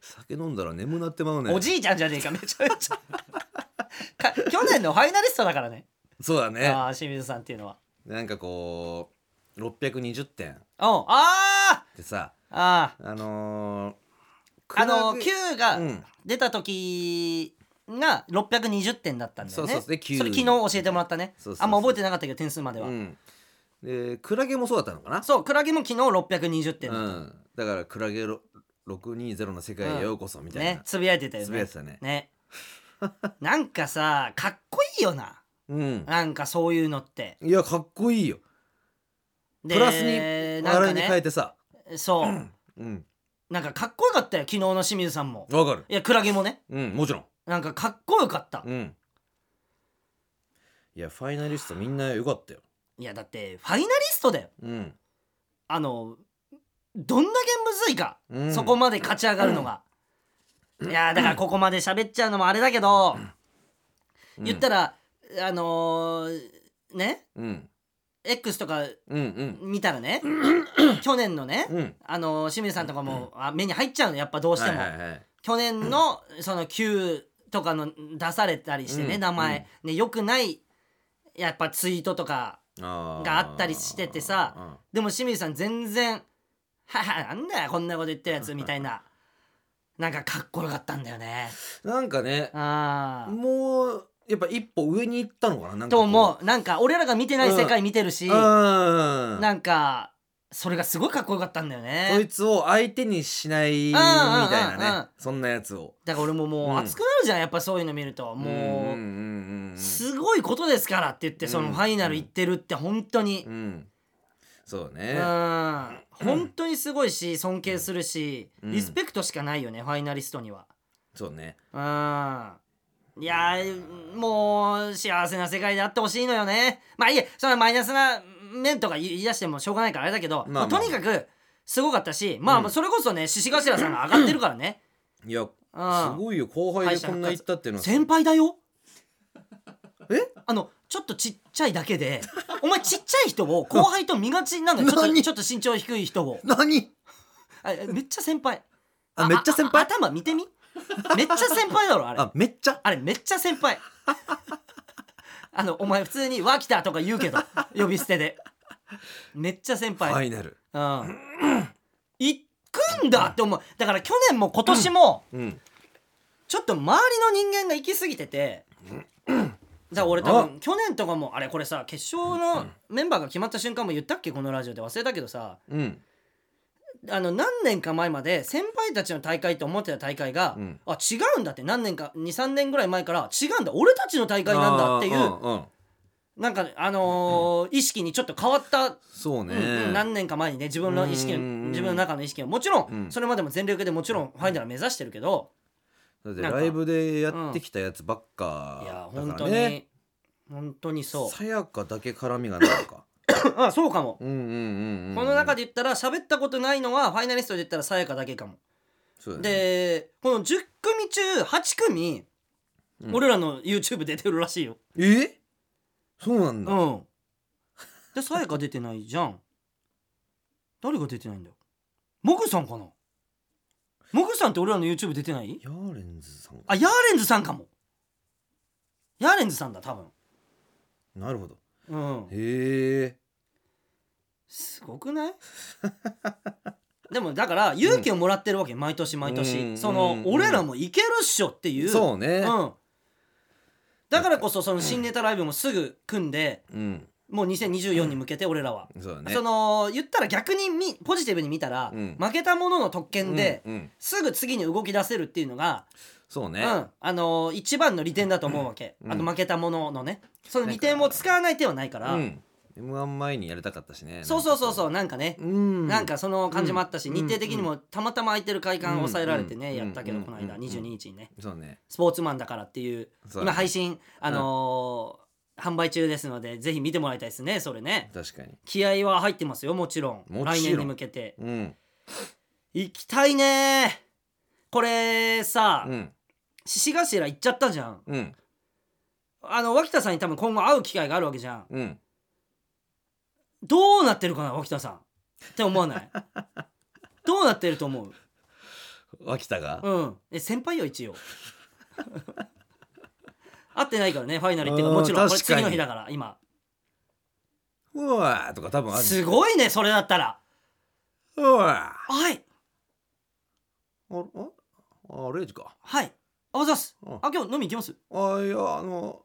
Speaker 2: 酒飲んだら眠なってまうね
Speaker 1: おじいちゃんじゃねえかめちゃめちゃか去年のファイナリストだからね
Speaker 2: そうだね
Speaker 1: ああー清水さんっていうのは
Speaker 2: なんかこう620点
Speaker 1: うんあ
Speaker 2: でさ
Speaker 1: ーあ
Speaker 2: あのー、
Speaker 1: ーあの
Speaker 2: クラ
Speaker 1: 9
Speaker 2: ブう
Speaker 1: が
Speaker 2: ん
Speaker 1: 出た時が620点だったんだよね
Speaker 2: そうそうそうで9
Speaker 1: れ昨日教えてもらったね
Speaker 2: そうそうそう
Speaker 1: あんま覚えてなかったけど点数までは、
Speaker 2: うん、でクラゲもそうだったのかな
Speaker 1: そうクラゲも昨日620点
Speaker 2: う
Speaker 1: だっ
Speaker 2: ん、だからクラゲろ620の世界へようこそみ
Speaker 1: た、
Speaker 2: たい
Speaker 1: ね
Speaker 2: な、
Speaker 1: つぶやいてたよ
Speaker 2: つぶやい
Speaker 1: ね
Speaker 2: てたね
Speaker 1: ねなんかさかっこいいよな
Speaker 2: うん
Speaker 1: なんかそういうのって
Speaker 2: いやかっこいいよ
Speaker 1: で
Speaker 2: プラスに
Speaker 1: なん
Speaker 2: あ
Speaker 1: か
Speaker 2: れに変え
Speaker 1: ね
Speaker 2: てさ
Speaker 1: そう、
Speaker 2: うん
Speaker 1: なんかかっこよかったよ昨日の清水さんも
Speaker 2: わかる
Speaker 1: いやクラゲもね
Speaker 2: うんもちろん
Speaker 1: なんかかっこよかった、
Speaker 2: うんいやファイナリストみんなよかったよ
Speaker 1: いやだってファイナリストだよ
Speaker 2: うん、
Speaker 1: あのどんだけむずいか、
Speaker 2: うん
Speaker 1: そこまで勝ち上がるのが、いやだからここまで喋っちゃうのもあれだけど、
Speaker 2: うん
Speaker 1: 言ったらあのーね
Speaker 2: うん、
Speaker 1: X とか
Speaker 2: うんうん
Speaker 1: 見たら
Speaker 2: <coughs>
Speaker 1: ね、去年のね、
Speaker 2: うん
Speaker 1: あのー清水さんとかも、あ目に入っちゃうのやっぱどうしても、
Speaker 2: はいはいはい
Speaker 1: 去年のその Q とかの出されたりしてね、
Speaker 2: うん
Speaker 1: 名前、ねよくないやっぱツイートとか
Speaker 2: あー
Speaker 1: があったりしててさでも清水さん全然「ははなんだよこんなこと言ってるやつ」みたいななんかかっこよかったんだよね
Speaker 2: うんなんかね
Speaker 1: あー
Speaker 2: もうやっぱ一歩上に行ったのかななんか
Speaker 1: と
Speaker 2: こ
Speaker 1: 思うなんか俺らが見てない世界見てるし、
Speaker 2: ううん
Speaker 1: なんかそれがすごいかっこよかったんだよ
Speaker 2: そい
Speaker 1: ね
Speaker 2: つを相手にしないみたい
Speaker 1: うんうんうんう
Speaker 2: なんねそんなやつを
Speaker 1: だから俺ももう熱くなるじゃん、やっぱそういうの見るともう、
Speaker 2: うんうんうんうん
Speaker 1: すごいことですからって言ってその
Speaker 2: うん
Speaker 1: ファイナル行ってるって本当に
Speaker 2: う、んそう
Speaker 1: うん
Speaker 2: ね
Speaker 1: 本当にすごいし尊敬するし、
Speaker 2: うん
Speaker 1: リスペクトしかないよねファイナリストには。
Speaker 2: そうね
Speaker 1: うんいやーもう幸せな世界であってほしいのよねまあいいえそれはマイナスな面とか言い出してもしょうがないからあれだけど、
Speaker 2: まあまあ
Speaker 1: まあとにかくすごかったし、まあまあそれこそね獅子頭さんが上がってるからね
Speaker 2: いやす
Speaker 1: うん
Speaker 2: ごいよ後輩でこんな行ったっていうのは
Speaker 1: 先輩だよ
Speaker 2: え
Speaker 1: あのちょっとちっちゃいだけで <laughs> お前ちっちゃい人を後輩と見がちなんだよちょっと
Speaker 2: <laughs> 何
Speaker 1: ちょっと身長低い人を
Speaker 2: 何
Speaker 1: あめっちゃ先輩
Speaker 2: あめっちゃ先
Speaker 1: あ
Speaker 2: 輩
Speaker 1: 頭見てみめっちゃ先輩だろあれ
Speaker 2: あめっちゃ
Speaker 1: あれめっちゃ先輩 <laughs> あのお前普通に「わきた」とか言うけど呼び捨てでめっちゃ先
Speaker 2: フ
Speaker 1: 輩、
Speaker 2: ァイナル
Speaker 1: うん <clears throat> 行くんだって思うだから去年も今年も
Speaker 2: うん
Speaker 1: ちょっと周りの人間が行き過ぎて
Speaker 2: <clears throat>
Speaker 1: てだから俺多分去年とかもあれこれさ決勝のメンバーが決まった瞬間も言ったっけこのラジオで忘れたけどさ
Speaker 2: うん
Speaker 1: あの何年か前まで先輩たちの大会と思ってた大会が、
Speaker 2: うん
Speaker 1: あ違うんだって何年か23年ぐらい前から違うんだ俺たちの大会なんだっていう
Speaker 2: あーんうん
Speaker 1: なんかあのー意識にちょっと変わった、
Speaker 2: そうね
Speaker 1: うんうん何年か前にね自分の意識
Speaker 2: うんうんうん
Speaker 1: 自分の中の意識をもちろん、
Speaker 2: うん
Speaker 1: それまでも全力でもちろんファイナル目指してるけど、
Speaker 2: だって
Speaker 1: なんか
Speaker 2: ライブでやってきたやつばっか
Speaker 1: いや
Speaker 2: だ
Speaker 1: 本
Speaker 2: か
Speaker 1: 当
Speaker 2: ら
Speaker 1: に、
Speaker 2: ね
Speaker 1: 本当にそう
Speaker 2: さやかだけ絡みがないのか
Speaker 1: あそうかも、
Speaker 2: うんうんうんうん
Speaker 1: この中
Speaker 2: で
Speaker 1: で言ったら喋ったことないのはファイナリストで言ったらさやかだけかも、でこの10組中8組、
Speaker 2: うん
Speaker 1: 俺らの YouTube 出てるらしいよ
Speaker 2: えそうなんだ
Speaker 1: うんでさやか出てないじゃん誰が出てないんだよモグさんかなモグさんって俺らの YouTube 出てない
Speaker 2: ヤーレンズさんか
Speaker 1: あヤーレンズさんかもヤーレンズさんだ多
Speaker 2: なるほど
Speaker 1: 分うん
Speaker 2: へえ
Speaker 1: すごくない <laughs> でもだから勇気をもらってるわけ、毎年毎年、
Speaker 2: うん
Speaker 1: その、
Speaker 2: うん
Speaker 1: 俺らもいけるっしょっていう
Speaker 2: そうね
Speaker 1: うん、だからこそその新ネタライブもすぐ組んで
Speaker 2: うん
Speaker 1: もう2024に向けて俺らは
Speaker 2: そうだね
Speaker 1: その言ったら逆にみポジティブに見たら、
Speaker 2: うん
Speaker 1: 負けたものの特権で、
Speaker 2: うんうん
Speaker 1: すぐ次に動き出せるっていうのが、
Speaker 2: そう
Speaker 1: う
Speaker 2: ね
Speaker 1: んあのー一番の利点だと思うわけ、
Speaker 2: うん
Speaker 1: あの負けたもののねその利点を使わない手はないから、
Speaker 2: うん M1 前にやりたかったしね
Speaker 1: そうそうそうそうなんかね、
Speaker 2: うん
Speaker 1: なんかその感じもあったし、
Speaker 2: うん
Speaker 1: 日程的にもたまたま空いてる会館を抑えられてね、
Speaker 2: うん
Speaker 1: やったけど、
Speaker 2: うん
Speaker 1: この間
Speaker 2: うん
Speaker 1: 22日にね
Speaker 2: そうね
Speaker 1: スポーツマンだからっていう
Speaker 2: そう
Speaker 1: 今
Speaker 2: だね
Speaker 1: 配信あのー販売中ですのでぜひ見てもらいたいですねそれね
Speaker 2: 確かに
Speaker 1: 気合は入ってますよもちろん
Speaker 2: もちろん
Speaker 1: 来年に向けて
Speaker 2: うん
Speaker 1: 行きたいねこれさ
Speaker 2: うん
Speaker 1: 獅子頭行っちゃったじゃん
Speaker 2: うん
Speaker 1: あの脇田さんに多分今後会う機会があるわけじゃん
Speaker 2: うん
Speaker 1: どうなってるかな脇田さんって思わない
Speaker 2: <laughs>
Speaker 1: どうなってると思う
Speaker 2: 脇田が
Speaker 1: うんえ先輩よ一応 <laughs> 会ってないからねファイナル行ってからもちろ
Speaker 2: うんん
Speaker 1: これ
Speaker 2: 確かに
Speaker 1: 次の日だから今
Speaker 2: うわーとか多分ある
Speaker 1: すごいねそれだったら
Speaker 2: うわ
Speaker 1: はい
Speaker 2: ーあああレイジか
Speaker 1: はいあおざっす
Speaker 2: うん
Speaker 1: あ今日飲み行きます
Speaker 2: あいやあの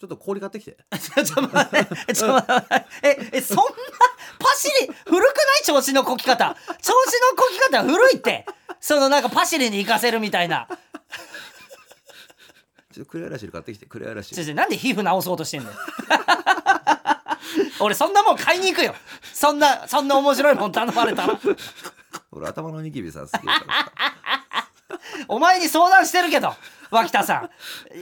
Speaker 2: ちょっと氷買ってきて
Speaker 1: <laughs> ちょちょっと待ってちょっと待ってええそんなパシリ古くない調子のこき方調子のこき方古いってそのなんかパシリに行かせるみたいな
Speaker 2: ちょっとクレアラシル買ってきてクレアラシ
Speaker 1: ちょ
Speaker 2: ル
Speaker 1: ちょなんで皮膚直そうとしてんの <laughs> 俺そんなもん買いに行くよそんなそんな面白いもん頼まれたら
Speaker 2: 俺頭のニキビさす <laughs> げえから
Speaker 1: お前に相談してるけど脇田さん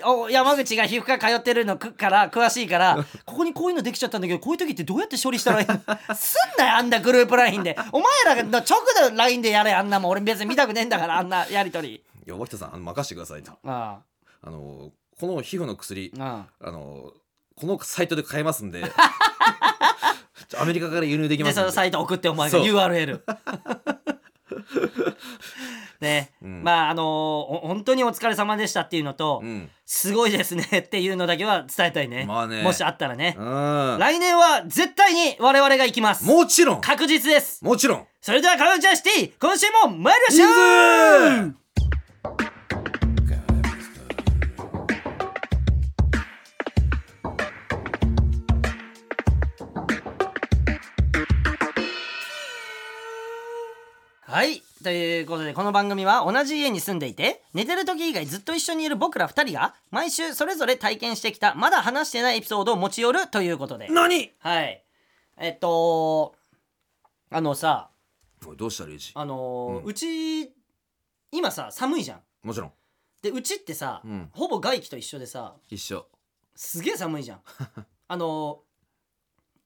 Speaker 1: お山口が皮膚科通ってるのくから詳しいからここにこういうのできちゃったんだけどこういう時ってどうやって処理したらいいのすんなよあんなグループ LINE でお前らの直の LINE でやれあんなもん俺別に見たくねえんだからあんなやり取り
Speaker 2: いや脇田さんあの任せてくださいと
Speaker 1: あ
Speaker 2: あのこの皮膚の薬
Speaker 1: ああ
Speaker 2: あのこのサイトで買えます
Speaker 1: <laughs>
Speaker 2: んでちょアメリカから輸入で
Speaker 1: あ
Speaker 2: きま
Speaker 1: ですそ
Speaker 2: ん
Speaker 1: の
Speaker 2: で
Speaker 1: サイト送ってお前が
Speaker 2: そう <laughs>
Speaker 1: URL ね、
Speaker 2: うん
Speaker 1: まああのーお本当にお疲れ様でしたっていうのと、
Speaker 2: うん
Speaker 1: すごいですねっていうのだけは伝えたいね,、
Speaker 2: まあね
Speaker 1: もしあったらね、
Speaker 2: う
Speaker 1: 来年は絶対に我々が行きます
Speaker 2: んもちろん
Speaker 1: 確実です
Speaker 2: もちろん
Speaker 1: それではカウンチャーシティ今週も参りましょうはいということでこの番組は同じ家に住んでいて寝てる時以外ずっと一緒にいる僕ら2人が毎週それぞれ体験してきたまだ話してないエピソードを持ち寄るということで
Speaker 2: 何
Speaker 1: はいえっとあのさ
Speaker 2: おいどうしたレイジ
Speaker 1: あのー
Speaker 2: うん
Speaker 1: うち今さ寒いじゃん
Speaker 2: もちろん
Speaker 1: でうちってさ、
Speaker 2: うん
Speaker 1: ほぼ外気と一緒でさ
Speaker 2: 一緒
Speaker 1: すげえ寒い
Speaker 2: <laughs>
Speaker 1: じゃんあのー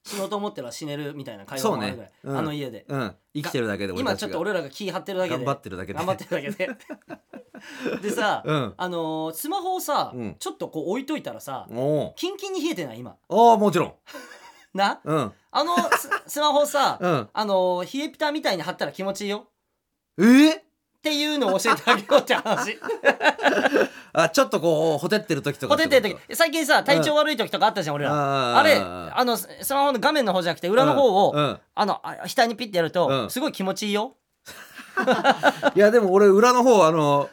Speaker 1: 死のうと思っては死ねるみたいな会話もあるぐらい、
Speaker 2: そうねうん
Speaker 1: あの家で、
Speaker 2: うん生きてるだけで俺
Speaker 1: 今
Speaker 2: たち
Speaker 1: ち
Speaker 2: が
Speaker 1: ょっと俺らが気張ってるだけで
Speaker 2: 頑張ってるだけで
Speaker 1: 頑張ってるだけでで
Speaker 2: <laughs>
Speaker 1: さ、
Speaker 2: うん
Speaker 1: あのースマホをさ、
Speaker 2: うん
Speaker 1: ちょっとこう置いといたらさ
Speaker 2: おう
Speaker 1: キンキンに冷えてない今
Speaker 2: おうもちろん
Speaker 1: な
Speaker 2: うん
Speaker 1: あのススマホさ、 <laughs>
Speaker 2: うん
Speaker 1: あのー冷えピタみたいに貼ったら気持ちいいよ
Speaker 2: えー
Speaker 1: っていうのを教えてあげようって
Speaker 2: <laughs>
Speaker 1: 話
Speaker 2: あちょっとこうほてってる時とか
Speaker 1: ほてってる
Speaker 2: こ
Speaker 1: 時最近さ体調悪い時とかあったじゃん俺ら
Speaker 2: あー
Speaker 1: あれあのススマホの画面の方じゃなくて裏の方を、
Speaker 2: うんうん
Speaker 1: あのあ額にピッてやると、
Speaker 2: うん
Speaker 1: すごい気持ちいいよ
Speaker 2: いやでも俺裏の方あの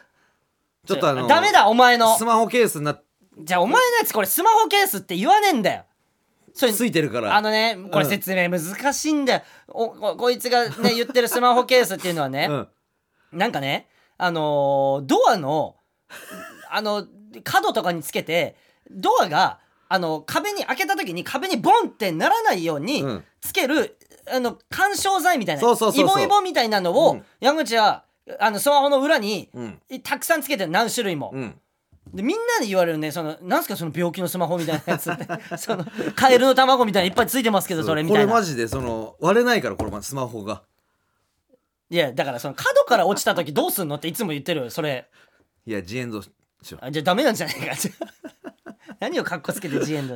Speaker 2: ちょっとあの
Speaker 1: ダメだお前の
Speaker 2: スマホケースになっ
Speaker 1: じゃあお前のやつこれスマホケースって言わねえんだよそれ
Speaker 2: ついてるから
Speaker 1: あのねこれ説明難しいんだよ、おここいつがね言ってるスマホケースっていうのはね
Speaker 2: う、ん
Speaker 1: なんかねあのードアのあの角とかにつけてドアがあの壁に開けた時に壁にボンってならないように
Speaker 2: うん
Speaker 1: つける、あの緩衝材みたいな
Speaker 2: そうそうそうそ
Speaker 1: イ
Speaker 2: う
Speaker 1: ボイボみたいなのを、
Speaker 2: うん
Speaker 1: 山口はあのスマホの裏に、
Speaker 2: うん
Speaker 1: たくさんつけてる何種類も、
Speaker 2: うん
Speaker 1: でみんなで言われるねそのなんすかその病気のスマホみたいなやつって <laughs> そのカエルの卵みたいないっぱいついてますけどそれみ
Speaker 2: こ
Speaker 1: たい
Speaker 2: れ
Speaker 1: な
Speaker 2: マジでその割れないからこれスマホが
Speaker 1: いやだからその角から落ちた時どうすんのっていつも言ってるよそれ
Speaker 2: いや自演ぞしよう
Speaker 1: あじゃあダメなんじゃないか <laughs> じゃあ何をかっこつけてジエンド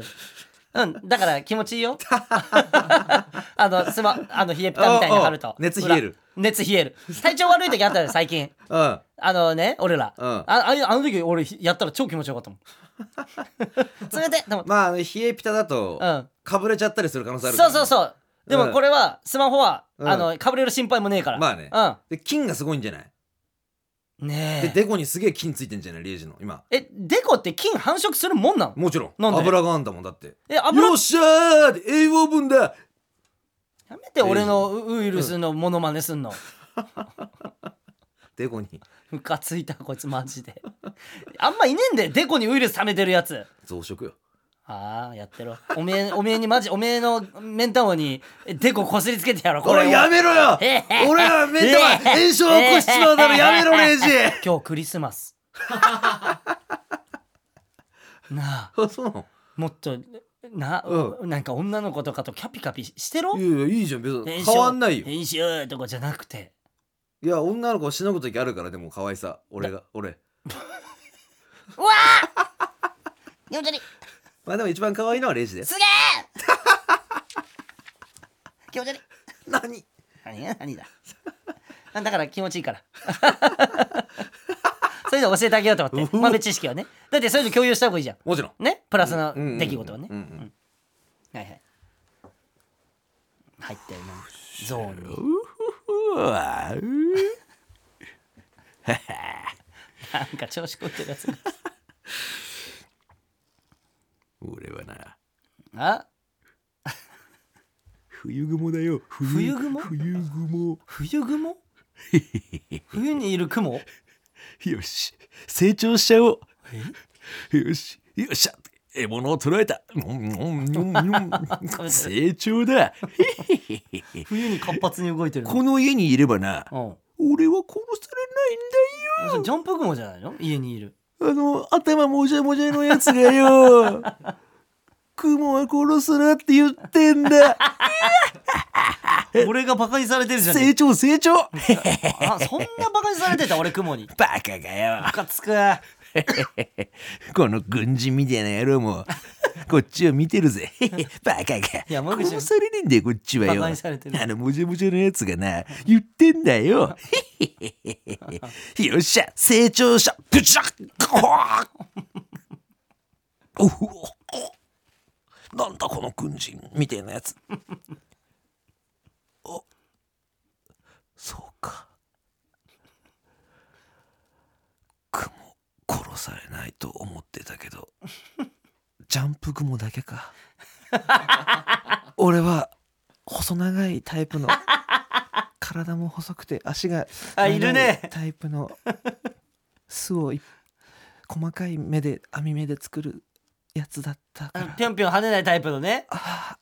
Speaker 1: うんだから気持ちいいよ <laughs> あのスマあの冷えピタみたいに貼る
Speaker 2: ああ
Speaker 1: と
Speaker 2: 熱冷える
Speaker 1: 裏熱冷える体調悪い時あったよ最近
Speaker 2: うん
Speaker 1: あのね俺ら、
Speaker 2: うん
Speaker 1: あああの時俺やったら超気持ちよかったもん <laughs> 冷てえと思って
Speaker 2: まああの冷えピタだと
Speaker 1: うん
Speaker 2: かぶれちゃったりする可能性あるか
Speaker 1: そ
Speaker 2: ら
Speaker 1: うそうそうでもこれはスマホは、
Speaker 2: うん
Speaker 1: あのかぶれる心配もねえから
Speaker 2: まあねで菌がすごいんじゃない
Speaker 1: うんね
Speaker 2: で
Speaker 1: え
Speaker 2: デコにすげえ菌ついてんじゃないレイジの今
Speaker 1: えデコって菌繁殖するもんなの
Speaker 2: もちろん
Speaker 1: なんで
Speaker 2: 油があんだもんだって
Speaker 1: え油
Speaker 2: よっしゃー栄養分だ
Speaker 1: やめて俺のウウイルスのモノマネすんの、
Speaker 2: デコに
Speaker 1: <laughs> ムカついたこいつマジであんまいねえんだよデコにウイルス溜めてるやつ
Speaker 2: 増殖よ
Speaker 1: ああやってろおめえ <laughs> おめえにマジおめえのメンタオにデコこすりつけてやろ
Speaker 2: こ
Speaker 1: を
Speaker 2: れやめろよ
Speaker 1: え <laughs> へへ
Speaker 2: 俺らメンタ
Speaker 1: <laughs>
Speaker 2: は炎症を起こしちまうだろやめろレイジ
Speaker 1: 今日クリスマス <laughs> な <laughs> あ
Speaker 2: あそうなの
Speaker 1: もっとな、
Speaker 2: う
Speaker 1: なんか女の子とかとキャピキャピしてろ
Speaker 2: いやいやいいじゃん別に
Speaker 1: 編集
Speaker 2: 変わんないよ
Speaker 1: 編集とかじゃなくて
Speaker 2: いや女の子をしのぐ時あるからでも可愛さ俺が俺
Speaker 1: うわー <laughs> よじり
Speaker 2: まあでも一番可愛いのはレイジです
Speaker 1: すげ <laughs> えよじり
Speaker 2: 何
Speaker 1: 何が何だあだから気持ちいいから <laughs> そういうの教えてあげようと思って
Speaker 2: うお
Speaker 1: 豆知識はねだってそういうの共有した方がいいじゃん
Speaker 2: もちろん
Speaker 1: ねプラス
Speaker 2: うんうんう
Speaker 1: の
Speaker 2: ん
Speaker 1: 出来事はね
Speaker 2: うんうん
Speaker 1: はいはい入ったよなゾーンに
Speaker 3: うわ
Speaker 1: なんか調子こいてるやつが
Speaker 3: 俺はな
Speaker 1: あ
Speaker 3: 冬雲だよ
Speaker 1: 冬雲
Speaker 3: 冬雲
Speaker 1: 冬
Speaker 2: <laughs>
Speaker 1: 雲冬にいる雲
Speaker 3: よし成長しちゃおうよしよっしゃ獲物を捕らえたうんうんうん <laughs> うん成長だ <laughs>
Speaker 1: 冬に活発に動いてるの
Speaker 3: この家にいればな
Speaker 1: うん
Speaker 3: 俺は殺さ
Speaker 1: それジャンプ雲じゃないの家にいる
Speaker 3: れないんだよあの頭もじゃもじゃのやつがよ <laughs> 雲は殺すなって言ってんだ
Speaker 1: 俺がバカにされてるじゃん
Speaker 3: 成長成 <laughs> 長バ
Speaker 1: あそんなバカにされてた俺雲に
Speaker 3: カがよ
Speaker 1: ムカつく
Speaker 3: この軍人みたいな野郎
Speaker 1: <laughs>
Speaker 3: もこっちを見てるぜバカが
Speaker 1: 山口
Speaker 3: 殺されねえんだよこっちは
Speaker 1: バ
Speaker 3: よ
Speaker 1: カにされてる
Speaker 3: あのもじゃもじゃのやつがな言ってんだ
Speaker 1: <laughs>
Speaker 3: よよっしゃ成長したブチャッおふおなんだこの軍人みたいなや
Speaker 1: <laughs>
Speaker 3: つおそうか雲殺されないと思ってたけど <laughs> ジャンプ雲だけか <laughs>
Speaker 1: <laughs>
Speaker 3: 俺は細長いタイプの体も細くて足が
Speaker 1: あいるね
Speaker 3: 長タイプの巣をい細かい目で網目で作るやつだったか
Speaker 1: あの
Speaker 3: ら
Speaker 1: ぴょんぴょん跳ねないタイプのね
Speaker 3: ああ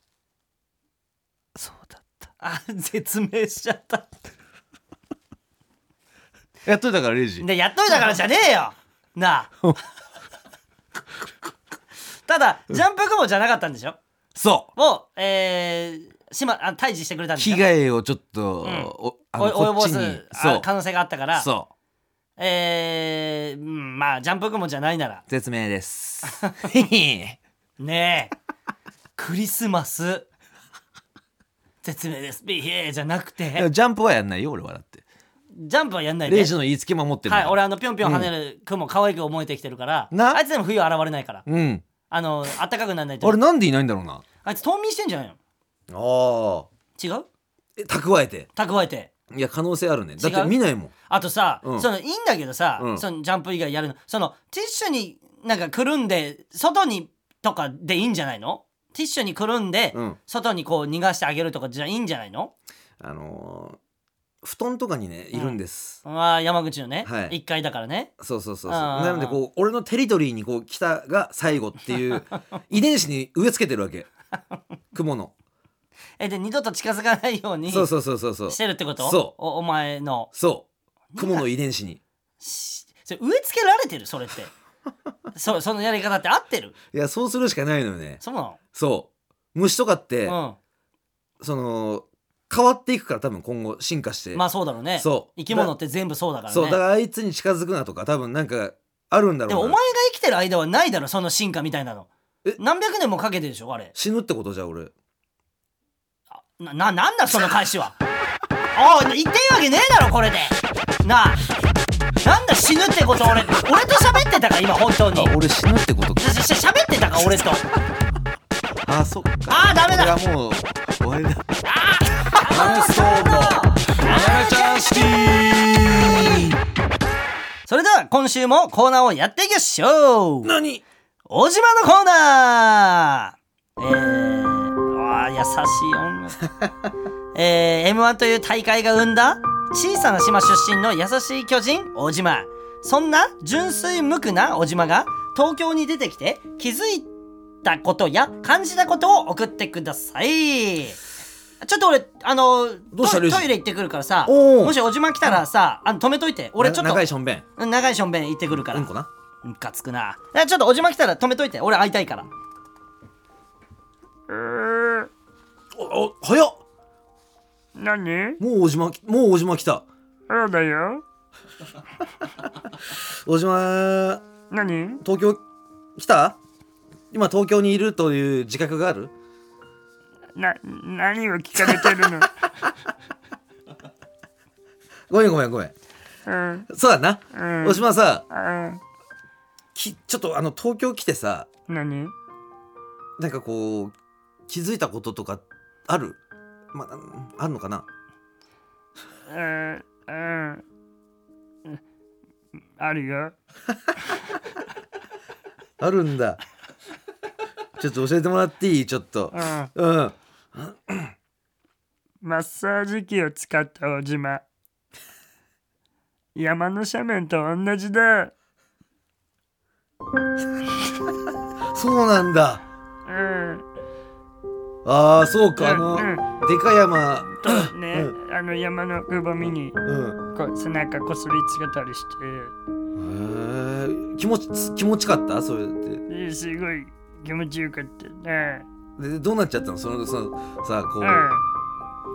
Speaker 3: そうだった
Speaker 1: あ絶命しちゃった
Speaker 3: やっといたからレイジ
Speaker 1: でやっといたからじゃねえよなあただジャンプ雲じゃなかったんでしょ
Speaker 3: そう
Speaker 1: を、えー、しまあ退治してくれたんです
Speaker 3: 被
Speaker 1: よ
Speaker 3: 害をちょっと、
Speaker 1: うん
Speaker 3: おあ
Speaker 1: お
Speaker 3: の
Speaker 1: 及
Speaker 3: こ
Speaker 1: ぼ
Speaker 3: っちに
Speaker 1: す
Speaker 3: そ
Speaker 1: あ
Speaker 3: う
Speaker 1: 可能性があったから
Speaker 3: そ
Speaker 1: えーうん、まあジャンプ雲じゃないな
Speaker 3: <laughs>
Speaker 1: ら
Speaker 3: う絶命です
Speaker 1: <laughs> ねえクリスマス説明ですビヒーじゃなく
Speaker 3: でも
Speaker 1: て
Speaker 3: ジャンプはやんないよ俺はだって
Speaker 1: ジャンプはやんない
Speaker 3: レ
Speaker 1: で
Speaker 3: イジの言いつけ守ってるんだ
Speaker 1: はい
Speaker 3: から
Speaker 1: 俺あのぴょんぴょん跳ねる雲可愛く思えてきてるから
Speaker 3: な
Speaker 1: あいつでも冬は現れないから
Speaker 3: うん
Speaker 1: あの暖かくならない
Speaker 3: あれ
Speaker 1: と
Speaker 3: なんでいないんだろうな
Speaker 1: あいつ冬眠してんじゃないの
Speaker 2: ああ
Speaker 1: 違う
Speaker 2: え蓄えて
Speaker 1: 蓄えて
Speaker 2: いや可能性あるねだっ
Speaker 1: 違
Speaker 2: て
Speaker 1: う
Speaker 2: 見ないもん
Speaker 1: あとさ、
Speaker 2: うん
Speaker 1: そのいいんだけどさ、
Speaker 2: うん
Speaker 1: そのジャンプ以外やるのそのティッシュになんかくるんで外にとかでいいんじゃないのティッシュにくるんで、
Speaker 2: うん
Speaker 1: 外にこう逃がしてあげるとかじゃいいんじゃないの
Speaker 2: あのー布団とかにねいるんです、
Speaker 1: あー山口のね、
Speaker 2: はい
Speaker 1: 1階だからね
Speaker 2: そうそうそうそう
Speaker 1: あー
Speaker 2: なのでこう俺のテリトリーにこう来たが最後っていう
Speaker 1: <laughs>
Speaker 2: 遺伝子に植え付けてるわけ雲の
Speaker 1: えで二度と近づかないように
Speaker 2: そうそうそうそうそう
Speaker 1: してるってこと
Speaker 2: そう
Speaker 1: おお前の
Speaker 2: そう雲の遺伝子に
Speaker 1: しそれ植え付けられてるそれって <laughs> そそのやり方って合ってる
Speaker 2: いやそうするしかないのよね
Speaker 1: そうな
Speaker 2: そう虫とかって、
Speaker 1: の、
Speaker 2: その変わっていくから多分今後進化し
Speaker 1: う
Speaker 2: て、
Speaker 1: ん、まあそうだろうね
Speaker 2: そう
Speaker 1: 生き物って全部そうだからね
Speaker 2: そうだからあいつに近づくなとか多分なんかあるんだろ
Speaker 1: で
Speaker 2: うな
Speaker 1: もお前が生きてる間はないだろその進化みたいなの
Speaker 2: え
Speaker 1: 何百年もかけてでしょあれ
Speaker 2: 死ぬってことじゃあ俺
Speaker 1: なななんだその返しはおい言っていいわけねえだろこれでなあなんだ死ぬってこと俺俺と喋ってたか今本当に
Speaker 3: 俺死ぬってことか
Speaker 1: しし喋ってたか俺と
Speaker 3: あそっか
Speaker 1: あーダメだ
Speaker 3: これはもう終わりだ
Speaker 1: それでは今週もコーナーをやっていきましょう
Speaker 2: 何
Speaker 1: 小島のコーナーえー、あー優しい音楽
Speaker 2: <laughs>
Speaker 1: えー、m 1という大会が生んだ小さな島出身の優しい巨人小島そんな純粋無垢な小島が東京に出てきて気づいたことや感じたことを送ってくださいちょっと俺あの
Speaker 2: どうした
Speaker 1: トイ
Speaker 2: レイジ
Speaker 1: トイレ行ってくるからさ
Speaker 2: おー
Speaker 1: もし小島来たらさあの止めといて俺ちょっ
Speaker 2: な長い
Speaker 1: と
Speaker 2: しょんべん
Speaker 1: うん長いしょんべん行ってくるから、
Speaker 2: うんこな
Speaker 1: ムカつくなえちょっとおじま来たら止めといて俺会いたいから
Speaker 2: おお早っ
Speaker 4: 何
Speaker 2: もう小島きもう小島来た
Speaker 4: そうだよ。
Speaker 2: 小島
Speaker 4: 何
Speaker 2: 東京来た今東京にいるという自覚がある
Speaker 4: な、何を聞かれてるの
Speaker 2: ごめんごめんごめん
Speaker 4: うん、
Speaker 2: そうだな、
Speaker 4: うん。
Speaker 2: 小島さ
Speaker 4: あ
Speaker 2: きちょっとあの東京来てさ
Speaker 4: 何
Speaker 2: なんかこう気づいたこととかあるまああるのかな
Speaker 4: うん、うん。あるよ。
Speaker 2: あるんだ <laughs> ちょっと教えてもらっていいちょっと
Speaker 4: うん。
Speaker 2: うん
Speaker 4: マッサージ機を使った小島。山の斜面と同じだ。
Speaker 2: そうなんだ
Speaker 4: うん。
Speaker 2: ああそうかあ
Speaker 4: うん
Speaker 2: の、
Speaker 4: うん
Speaker 2: でかい山
Speaker 4: とね、あの山のくぼみに
Speaker 2: うん
Speaker 4: こう背中こすりつけたりして
Speaker 2: へー気持ち気持ちかったそれって
Speaker 4: で、すごい気持ちよかったね。
Speaker 2: ででどうなっちゃったのそのそのさこ
Speaker 4: う
Speaker 2: う、
Speaker 4: ん。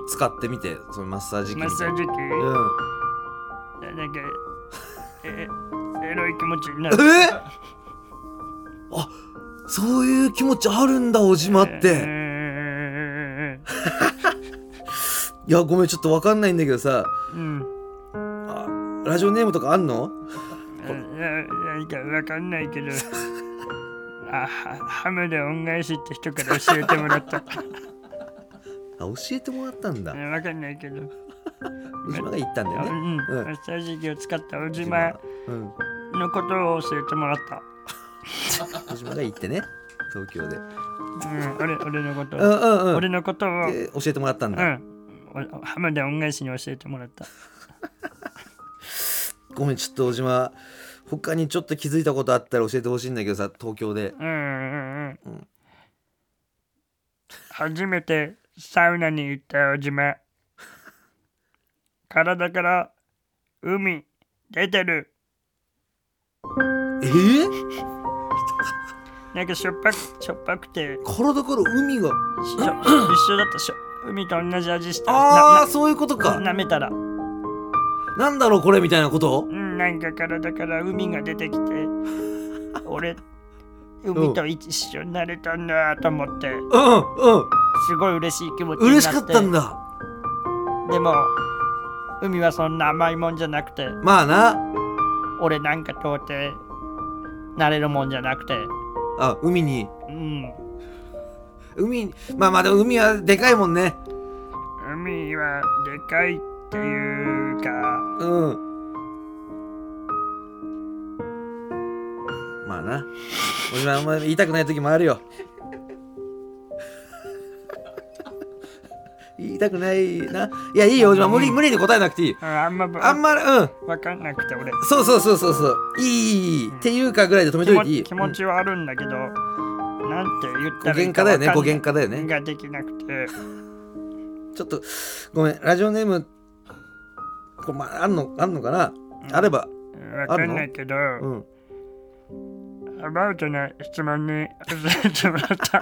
Speaker 2: 使ってみてそのマッサージ機み
Speaker 4: マッ
Speaker 2: たい
Speaker 4: サ
Speaker 2: な
Speaker 4: ージ機。
Speaker 2: うん
Speaker 4: なんか、え、エロい気持ちになる。
Speaker 2: えーあそういう気持ちあるんだ小島っ
Speaker 4: う
Speaker 2: て
Speaker 4: ん
Speaker 2: いやごめんちょっとわかんないんだけどさ
Speaker 4: うん。
Speaker 2: あラジオネームとかあんの
Speaker 4: なんかわかんないけど。あはハムで恩返しって人から教えてもら
Speaker 2: <laughs>
Speaker 4: った。
Speaker 2: あ教えてもらったんだ
Speaker 4: わかんないけど。
Speaker 2: 小島が言ったんだ
Speaker 4: う
Speaker 2: よね
Speaker 4: ん、マ
Speaker 2: うん
Speaker 4: ッサージ機を使った小
Speaker 2: 小
Speaker 4: 島
Speaker 2: うん
Speaker 4: のことを教えてもらった。
Speaker 2: 小島が言ってね東京で
Speaker 4: うん、俺俺のこと
Speaker 2: う
Speaker 4: を。
Speaker 2: んうんうん
Speaker 4: 俺のことを。うん。
Speaker 2: で教えてもらったんだ、
Speaker 4: お浜田恩返しに教えてもらった
Speaker 2: ごめんちょっと小島他にちょっと気づいたことあったら教えてほしいんだけどさ東京で
Speaker 4: うんうんうんうん初めてサウナに行ったよじ
Speaker 2: <laughs>
Speaker 4: め体から海出てる
Speaker 2: ええ
Speaker 4: なんかしょっぱくしょっぱくて
Speaker 2: 体から海が
Speaker 4: しょ一緒だったしょ海と同じ味した
Speaker 2: ああ
Speaker 4: な
Speaker 2: そういうことか
Speaker 4: な舐めたら
Speaker 2: なんだろうこれみたいなこと
Speaker 4: うんなんか体から海が出てき
Speaker 2: <laughs>
Speaker 4: て俺海と一緒になれたんだと思って
Speaker 2: うんうん
Speaker 4: すごい嬉しい気持ちになって
Speaker 2: 嬉しかったんだ
Speaker 4: でも海はそんな甘いもんじゃなくて
Speaker 2: まあな
Speaker 4: 俺なんか到底なれるもんじゃなくて
Speaker 2: あ海に
Speaker 4: うん
Speaker 2: 海にまあまあでも海はでかいもんね
Speaker 4: 海はでかいっていうか
Speaker 2: うんまあな小島あんま言いたくない時もある
Speaker 4: <laughs>
Speaker 2: よ言いたくないないやいいよ小島無理無理に答えなくていい
Speaker 4: うんあんま
Speaker 2: あんまうん
Speaker 4: 分かんなくて俺
Speaker 2: そうそうそうそうそういいいいいいっていうかぐらいで止め
Speaker 4: 気
Speaker 2: とい
Speaker 4: 持
Speaker 2: ていい
Speaker 4: ち気持ちはあるんだけど、なんて言ったらいい
Speaker 2: 語源化だよね
Speaker 4: わか
Speaker 2: 語
Speaker 4: んない
Speaker 2: 源化だよね
Speaker 4: ができなくて
Speaker 2: ちょっとごめんラジオネームこれ、まあ、あんのあんのかな、あれば
Speaker 4: 分かんないけど、
Speaker 2: うん
Speaker 4: アバウトな質問に教えてもらった。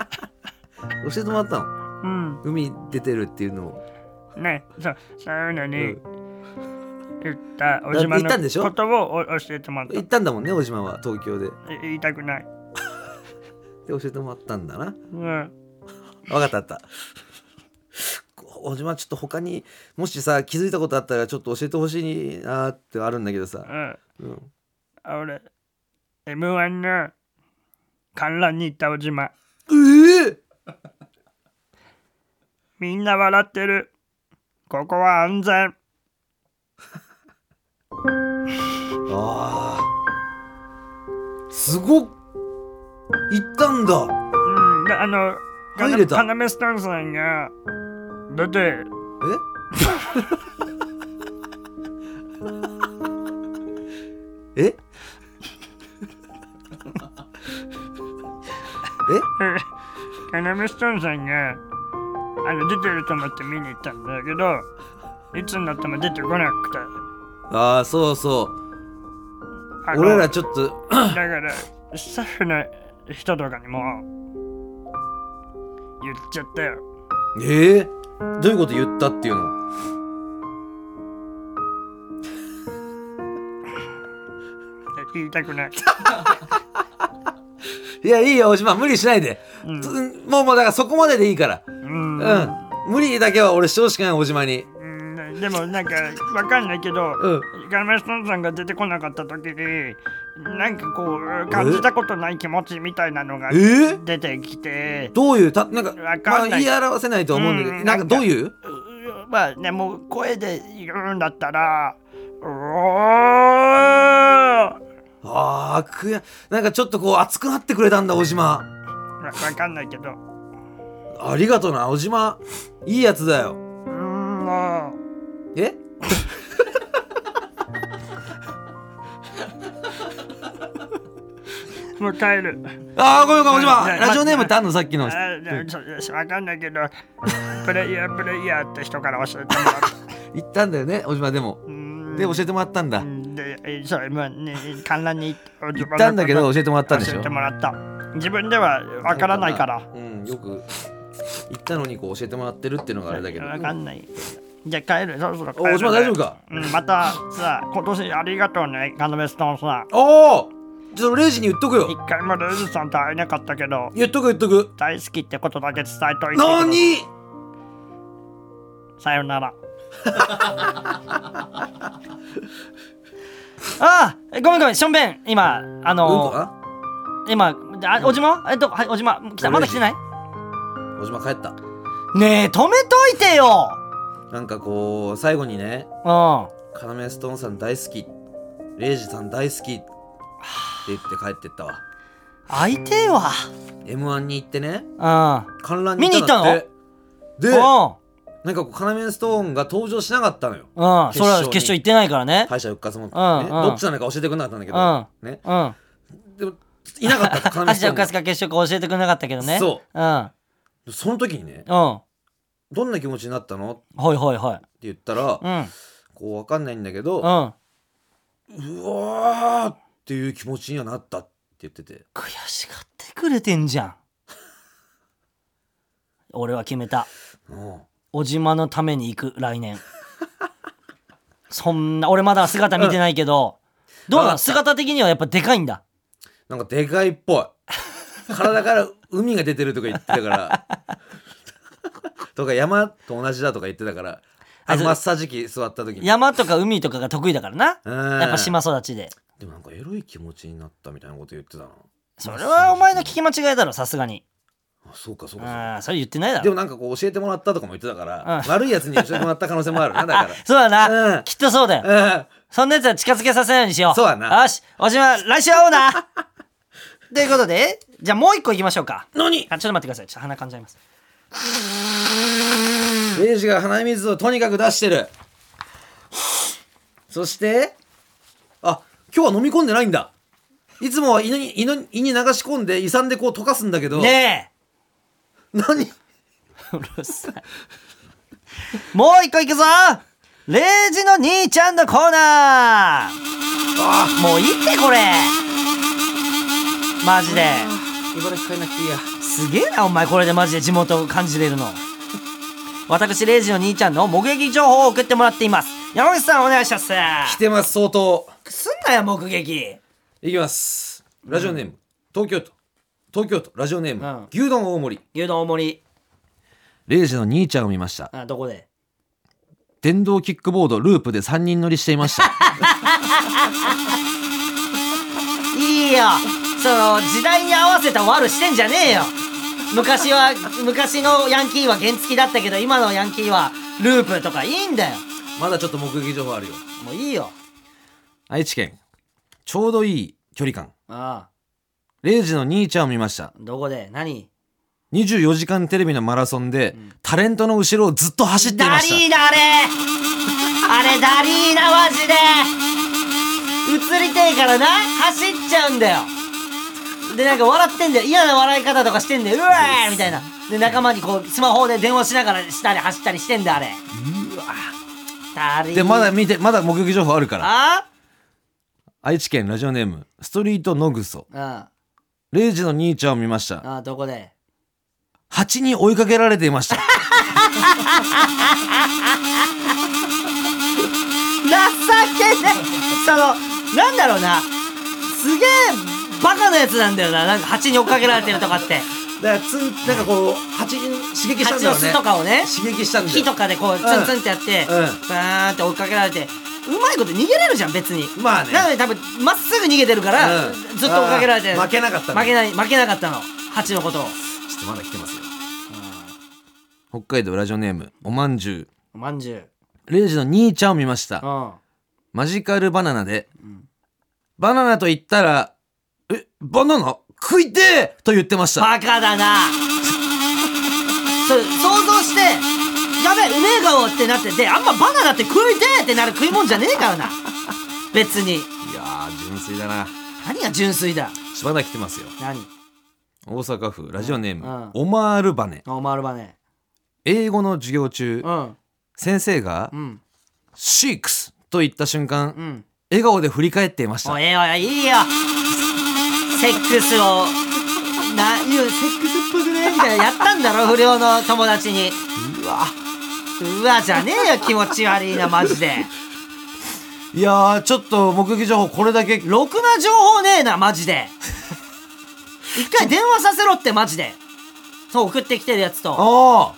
Speaker 4: <laughs>
Speaker 2: 教えてもらったの
Speaker 4: うん。
Speaker 2: 海出てるっていうのを
Speaker 4: ね、そう、そういうの
Speaker 2: う
Speaker 4: に
Speaker 2: ん
Speaker 4: 言ったおじま
Speaker 2: 言ったんでしょ
Speaker 4: のことをお教えてもらった。
Speaker 2: 行ったんだもんね小島は東京で
Speaker 4: い言いたくない。
Speaker 2: で教えてもらったんだな
Speaker 4: うん。
Speaker 2: 分かった分かった小島ちょっと他にもしさ気づいたことあったらちょっと教えてほしいなーってあるんだけどさう
Speaker 4: う、ん。
Speaker 2: ん、
Speaker 4: あ俺、M1 の観覧に行ったおじま。
Speaker 2: ええ
Speaker 4: みんな笑ってる。ここは安全。
Speaker 2: あーすごっ行ったんだ
Speaker 4: うん。であの、カ
Speaker 2: 入れた
Speaker 4: ナメスタンさんが出て、 <laughs>
Speaker 2: え <laughs> え
Speaker 4: カナメストーンさんがあの出てると思って見に行ったんだけどいつになっても出てこなくて
Speaker 2: ああそうそう
Speaker 4: あの
Speaker 2: 俺らちょっと
Speaker 4: だからスタッフの人とかにも言っちゃったよ
Speaker 2: ええどういうこと言ったっていうの
Speaker 4: 言いたくない
Speaker 2: いやいいよ大島無理しないで、
Speaker 4: うん
Speaker 2: つもうもうだからそこまででいいから
Speaker 4: うん、
Speaker 2: うん、無理だけは俺してほしくない小島に
Speaker 4: うんでもなんかわかんないけど、
Speaker 2: うん
Speaker 4: カナメストーンさんが出てこなかった時になんかこう感じたことない気持ちみたいなのが
Speaker 2: えー
Speaker 4: 出てきて、
Speaker 2: どういうたなんか
Speaker 4: わ
Speaker 2: ま
Speaker 4: か
Speaker 2: あ
Speaker 4: んない
Speaker 2: 言い表せないと思うんだけど、
Speaker 4: うん
Speaker 2: なんかどういう
Speaker 4: うまあねもう声で言うんだったら「うおー
Speaker 2: ああくやなんかちょっとこう熱くなってくれたんだ小島
Speaker 4: わわかんないけど「
Speaker 2: ありがとな小島いいやつだよ
Speaker 4: うーんも
Speaker 2: え
Speaker 4: うもう帰る」
Speaker 2: ああごめんごめん小島
Speaker 4: いやいや
Speaker 2: ラジオネームってあんのさっき
Speaker 4: あ
Speaker 2: の
Speaker 4: ーちょちょわかんないけど「プレイヤープレイヤー」って人から教えてもらった。
Speaker 2: 言ったんだよね小島でも
Speaker 4: うーん
Speaker 2: で教えてもらったんだ、
Speaker 4: うんでえそう今ね観覧
Speaker 2: <laughs>
Speaker 4: に行っ
Speaker 2: 言ったんだけど教えてもらったんでし
Speaker 4: 教
Speaker 2: ょ
Speaker 4: えてもらった自分ではわからないから
Speaker 2: うんよく言ったのにこう教えてもらってるっていうのがあれだけど
Speaker 4: わかんないじゃあ帰るそろそろ帰る
Speaker 2: お小島大丈夫か
Speaker 4: うん、またさ今年ありがとうねガノベストンさん
Speaker 2: おおちょっとレイジに言っとく
Speaker 4: 一
Speaker 2: よ
Speaker 4: 回もルーズさんと会えなかったけど
Speaker 2: 言っとく言っとく
Speaker 4: 大好きってことだけ伝えといて
Speaker 2: なに
Speaker 4: さよなら <laughs>
Speaker 1: あーごめんごめんしょんべん今あ
Speaker 2: うん
Speaker 1: の
Speaker 2: こか
Speaker 1: 今あおじまはえっとはいおじま来たまだ来てない
Speaker 2: な小島帰った
Speaker 1: ねえ止めといてよ
Speaker 2: なんかこう最後にね
Speaker 1: うんあ
Speaker 2: 「カナメストーンさん大好き」「レイジさん大好き」って言って帰ってったわ
Speaker 1: いてえわ
Speaker 2: m 1に行ってね
Speaker 1: うん
Speaker 2: 観覧に行ったんだって
Speaker 1: 見に行う
Speaker 2: で
Speaker 1: ん
Speaker 2: なんかこうカナメンストーンが登場しなかったのよ
Speaker 1: うん、それは
Speaker 2: 決勝に
Speaker 1: 決勝行ってないからね。
Speaker 2: 敗者復活も、ね
Speaker 1: うんうん
Speaker 2: どっちなのか教えてくれなかったんだけど、
Speaker 1: う
Speaker 2: ね
Speaker 1: うん。
Speaker 2: でもいなか
Speaker 1: <laughs>
Speaker 2: ったカナメ
Speaker 1: 敗
Speaker 2: ンスト
Speaker 1: 者
Speaker 2: ー
Speaker 1: 復
Speaker 2: ン
Speaker 1: 活
Speaker 2: が
Speaker 1: か決勝か教えてくれなかったけどね。。
Speaker 2: そう
Speaker 1: うん。うん。
Speaker 2: その時にね
Speaker 1: は
Speaker 2: どんな気持ちになったのって
Speaker 1: いはいは
Speaker 2: 言ったら、
Speaker 1: い。うん。
Speaker 2: こうわかんないんだけど、
Speaker 1: うん。
Speaker 2: うわーっていう気持ちにはなったって言ってて
Speaker 1: 悔しがってくれてんじゃん。俺は決めた。
Speaker 2: うん
Speaker 1: 小島のために行く、来年。そんな、俺まだ姿見てないけど、どうな
Speaker 2: わか
Speaker 1: の
Speaker 2: った
Speaker 1: 姿的にはやっぱでかいんだ。
Speaker 2: なんかでかいっぽい体から海が出てるとか言ってたからとか山と同じだとか言ってたからあ
Speaker 1: あそう
Speaker 2: マッサージ機座った時に
Speaker 1: 山とか海とかが得意だからな。
Speaker 2: うん
Speaker 1: やっぱ島育ちで。
Speaker 2: でもなんかエロい気持ちになったみたいなこと言ってたな
Speaker 1: それはお前の聞き間違いだろ、さすがに。
Speaker 2: あそうかそうかそうか
Speaker 1: うん、それ言ってないだ
Speaker 2: で
Speaker 1: ろ
Speaker 2: も。なんかこう教えてもらったとかも言ってたから、
Speaker 1: うん
Speaker 2: 悪いやつに教えてもらった可能性もあるなだか
Speaker 1: そうだな、
Speaker 2: うん
Speaker 1: きっとそうだよ。
Speaker 2: ら、うん
Speaker 1: そんなやつは近づけさせないようにしよう。
Speaker 2: そうだな
Speaker 1: よし、おしまい、来週会おうなということで、じゃあもう一個行きましょうか。
Speaker 2: 何
Speaker 1: あ、ちょっと待ってください。ちょっと鼻かんじゃいます。
Speaker 2: レイジが鼻水をとにかく出してるそしてあ今日は飲み込んでないんだいつもは胃に胃の胃に流し込んで胃酸でこう溶かすんだけど、
Speaker 1: ね
Speaker 2: 何
Speaker 1: え。うるさい。もう一個行くぞレイジの兄ちゃんのコーナーあもういいってこれマジで
Speaker 2: 茨城変えなくていいや
Speaker 1: すげえなお前これでマジで地元を感じれるの私レイジの兄ちゃんの目撃情報を送ってもらっています山口さんお願いします
Speaker 2: 来てます相当
Speaker 1: すんなよ目撃
Speaker 2: いきますラジオネーム、東京都東京都ラジオネーム、
Speaker 1: うん
Speaker 2: 牛丼大盛り
Speaker 1: 牛丼大盛り
Speaker 2: レイジの兄ちゃんを見ました
Speaker 1: あどこで
Speaker 2: 電動キックボードループで3人乗りしていました
Speaker 1: <laughs> いいよその時代に合わせた悪してんじゃねえよ昔は昔のヤンキーは原付きだったけど今のヤンキーはループとかいいんだよ
Speaker 2: まだちょっと目撃情報あるよ
Speaker 1: もういいよ
Speaker 2: 愛知県ちょうどいい距離感
Speaker 1: ああ
Speaker 2: レイジの兄ちゃんを見ました
Speaker 1: どこで何
Speaker 2: 24時間テレビのマラソンで、タレントの後ろをずっと走ってい
Speaker 1: ダ
Speaker 2: まし
Speaker 1: リ
Speaker 2: た
Speaker 1: ーナあれあれダリーナマジで映りてえからな走っちゃうんだよでなんか笑ってんだよ嫌な笑い方とかしてんだようわーみたいなで仲間にこうスマホで電話しながらしたり走ったりしてんだよあれうわダリー
Speaker 2: でまだ見てまだ目撃情報あるから
Speaker 1: あ
Speaker 2: 愛知県ラジオネームストリートノグソ
Speaker 1: うんあ
Speaker 2: レイジの兄ちゃんを見ました
Speaker 1: あどこで
Speaker 2: 蜂に追いかけられていま <laughs> した
Speaker 1: 情けねえそのなんだろうなすげえバカなやつなんだよななんか蜂に追っかけられてるとかって
Speaker 2: だからつんなんかこう蜂に刺激したん
Speaker 1: 蜂の
Speaker 2: だろうね
Speaker 1: 巣とかをね
Speaker 2: 刺激したんだ
Speaker 1: 木
Speaker 2: よ
Speaker 1: とかでこうツンツンってやって、
Speaker 2: うん
Speaker 1: バーンって追いかけられてうまいこと逃げれるじゃん別に
Speaker 2: まあね
Speaker 1: なので多分まっすぐ逃げてるから、
Speaker 2: うん
Speaker 1: ずっと追いかけられて
Speaker 2: あー負けなかったの
Speaker 1: 負けない負けなかったの蜂のことを
Speaker 2: ちょっとまだ来てますよ北海道ラジオネームおまんじゅう
Speaker 1: まんじゅう
Speaker 2: レイジの兄ちゃんを見ました
Speaker 1: うん
Speaker 2: マジカルバナナで、バナナと言ったら、え、バナナ食いてえと言ってました。
Speaker 1: バカだなそれ想像してやべえうめえ顔ってなっててあんまバナナって食いてえってなる食い物じゃねえからな別に
Speaker 2: いやー、純粋だな。
Speaker 1: 何が純粋だ
Speaker 2: しばらく来てますよ。
Speaker 1: 何
Speaker 2: 大阪府ラジオネーム、
Speaker 1: うんうん
Speaker 2: オマールバネ。
Speaker 1: ノーマルバネ
Speaker 2: 英語の授業中、
Speaker 1: うん
Speaker 2: 先生が、
Speaker 1: うん
Speaker 2: シークスと言った瞬間、
Speaker 1: うん
Speaker 2: 笑顔で振り返っていました
Speaker 1: もう。ええわいいよセックスをな言うセックスっぽくねみたいなやったんだろ不良の友達にうわうわじゃねえよ気持ち悪いなマジで
Speaker 2: いやー、ちょっと目撃情報これだけ、
Speaker 1: ろくな情報ねえな、マジ
Speaker 2: <laughs>
Speaker 1: で。一回電話させろって、マジで。そう、送ってきてるやつと。
Speaker 2: あ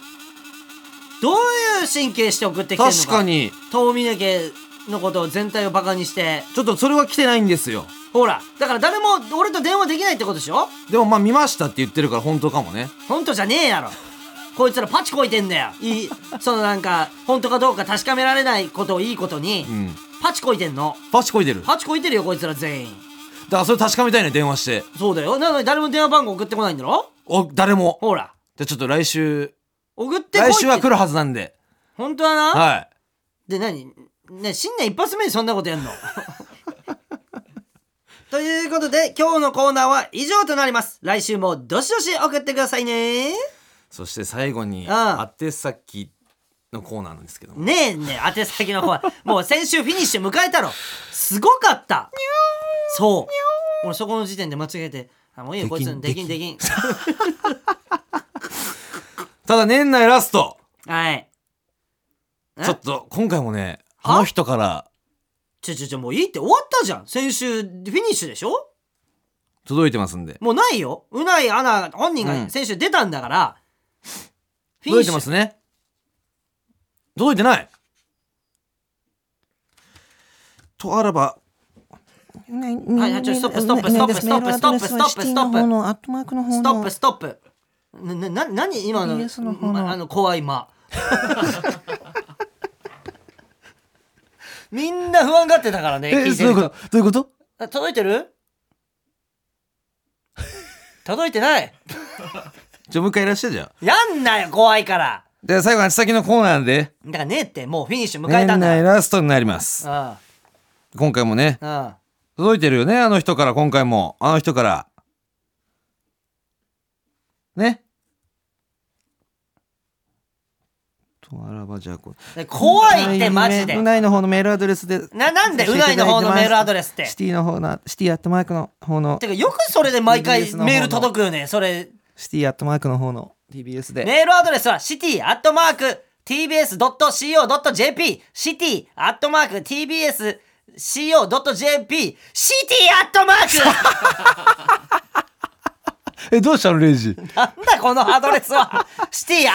Speaker 1: どういう神経して送ってきて
Speaker 2: あ、
Speaker 1: るのか。
Speaker 2: 確か。に、
Speaker 1: 遠峰家のことを全体をバカにして。
Speaker 2: ちょっとそれは来てないんですよ。
Speaker 1: ほら、だから誰も俺と電話できないってことでしょ
Speaker 2: でもまあ見ましたって言ってるから本当かもね。
Speaker 1: 本当じゃねえやろ。こいつらパチこいてんだよ。い
Speaker 2: <laughs>
Speaker 1: い、そのなんか、本当かどうか確かめられないことをいいことに、
Speaker 2: うん。
Speaker 1: パチこいてんの。
Speaker 2: パチこいてる。だか
Speaker 1: パチこいてるよ、こいつら全員。
Speaker 2: らそれ確かめたいね、電話して。
Speaker 1: そうだよ。なのに誰も電話番号送ってこないんだろ
Speaker 2: お誰も
Speaker 1: ほら。
Speaker 2: じゃあちょっと来週
Speaker 1: 送ってこいって。
Speaker 2: 来週は来るはずなんで
Speaker 1: 本当はな、
Speaker 3: は
Speaker 1: で何ね新年一発目にそんなことやんの <laughs> ということで今日のコーナーは以上となります来週もどしどし送ってくださいね
Speaker 3: そして最後に
Speaker 1: あ
Speaker 3: 宛先のコーナーなんですけども
Speaker 1: ねえねえ宛先の方 <laughs> はもう先週フィニッシュ迎えたろすごかったそう俺そこの時点で間違えてあもういいよこいつ
Speaker 3: で
Speaker 1: でき
Speaker 3: き
Speaker 1: ん
Speaker 3: ん
Speaker 1: できん
Speaker 3: ただ年内ラスト
Speaker 1: はいえ
Speaker 3: ちょっと今回もね
Speaker 1: は
Speaker 3: あの人から
Speaker 1: ちょちょちょもういいって終わったじゃん先週フィニッシュでしょ
Speaker 3: 届いてますんで
Speaker 1: もうないようないアナ本人
Speaker 3: う
Speaker 1: が
Speaker 3: ん
Speaker 1: 先週出たんだから、フィ
Speaker 3: 届
Speaker 1: ニッ
Speaker 3: い
Speaker 1: シ
Speaker 3: て
Speaker 1: ュ
Speaker 3: ますね届いてないとあらば
Speaker 1: は
Speaker 5: はい
Speaker 1: はいちょストップ
Speaker 5: ね
Speaker 1: ストップストップ
Speaker 5: ねね
Speaker 1: ストップストップ
Speaker 5: メールアドレスはシティの方のアットマークの方の
Speaker 1: ストップストップ。な、な、な、何今の、
Speaker 5: TBS の方の
Speaker 1: まあの、怖い
Speaker 5: <laughs>
Speaker 1: 間。みんな不安がってたからね、聞いてる人。
Speaker 3: どういうこと
Speaker 1: あ届いてる届いてない
Speaker 3: じゃあもう一回いらっしゃいじゃあ
Speaker 1: やんなよ、怖いから。
Speaker 3: じゃあ最後宛先のコーナーで
Speaker 1: だからねえって、もうフィニッシュ迎え
Speaker 3: 年
Speaker 1: たんだ。
Speaker 3: 内
Speaker 1: うん。
Speaker 3: ラストになります今回もね
Speaker 1: うん。
Speaker 3: 届いてるよねあの人から今回もあの人からねとあらばじゃあこ
Speaker 1: で怖いって、マジで
Speaker 5: う。ないの方のメールアドレスで
Speaker 1: な、なんでうないの方のメールアドレスって。
Speaker 5: シティの方のシティアットマークの方の
Speaker 1: てか、よくそれで毎回
Speaker 5: TBS の方の
Speaker 1: メール届くよね、それ。
Speaker 5: シティアットマークの方の TBS で、
Speaker 1: メールアドレスは city.tbs.co.jp city.tbs.co.jp city.
Speaker 5: <laughs>
Speaker 3: えどうしたのレイジ
Speaker 1: なんだこのアドレスは city. ってよ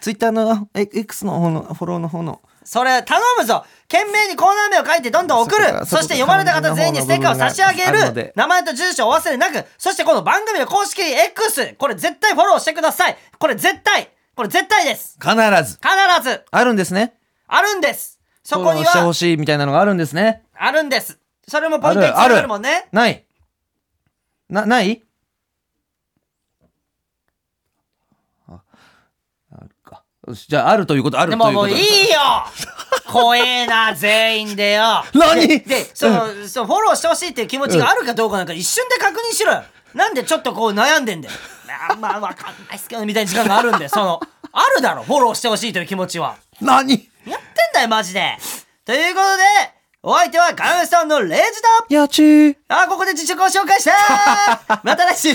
Speaker 5: ツイッターのえ X の方のフォローの方の
Speaker 1: それ頼むぞ懸命にコーナー名を書いてどんどん送
Speaker 5: そこ
Speaker 1: る
Speaker 5: が
Speaker 1: そして読まれた方全員にステッカーを差し上
Speaker 5: そこがあるの
Speaker 1: げる
Speaker 5: で
Speaker 1: 名前と住所をお忘れなくそしてこの番組の公式 X これ絶対フォローしてくださいこれ絶対これ絶対です
Speaker 3: 必ず
Speaker 1: 必ず
Speaker 5: あるんですね
Speaker 1: あるんですそこ
Speaker 5: フォロ
Speaker 1: に
Speaker 5: ーして
Speaker 1: は
Speaker 5: ほしいみたいなのがあるんですね
Speaker 1: あるんです。それもポイントにつながるもんね。
Speaker 5: ないなない
Speaker 3: よしじゃああるということあると
Speaker 1: で
Speaker 3: いうこと
Speaker 1: ももういいよ怖えな、全員
Speaker 3: <laughs>
Speaker 1: でよ。
Speaker 3: 何
Speaker 1: ででその、そのフォローしてほしいっていう気持ちがあるかどうかなんか一瞬で確認しろよ。なんでちょっとこう悩んでんだよ。あまあわかんないっすけどみたいな時間があるんで、その、あるだろ、フォローしてほしいという気持ちは。
Speaker 3: 何
Speaker 1: やってんだよ、マジで。ということで、お相手はガウンさんのレイジと
Speaker 5: やちー
Speaker 1: あ、ここで実食を紹介したまた来週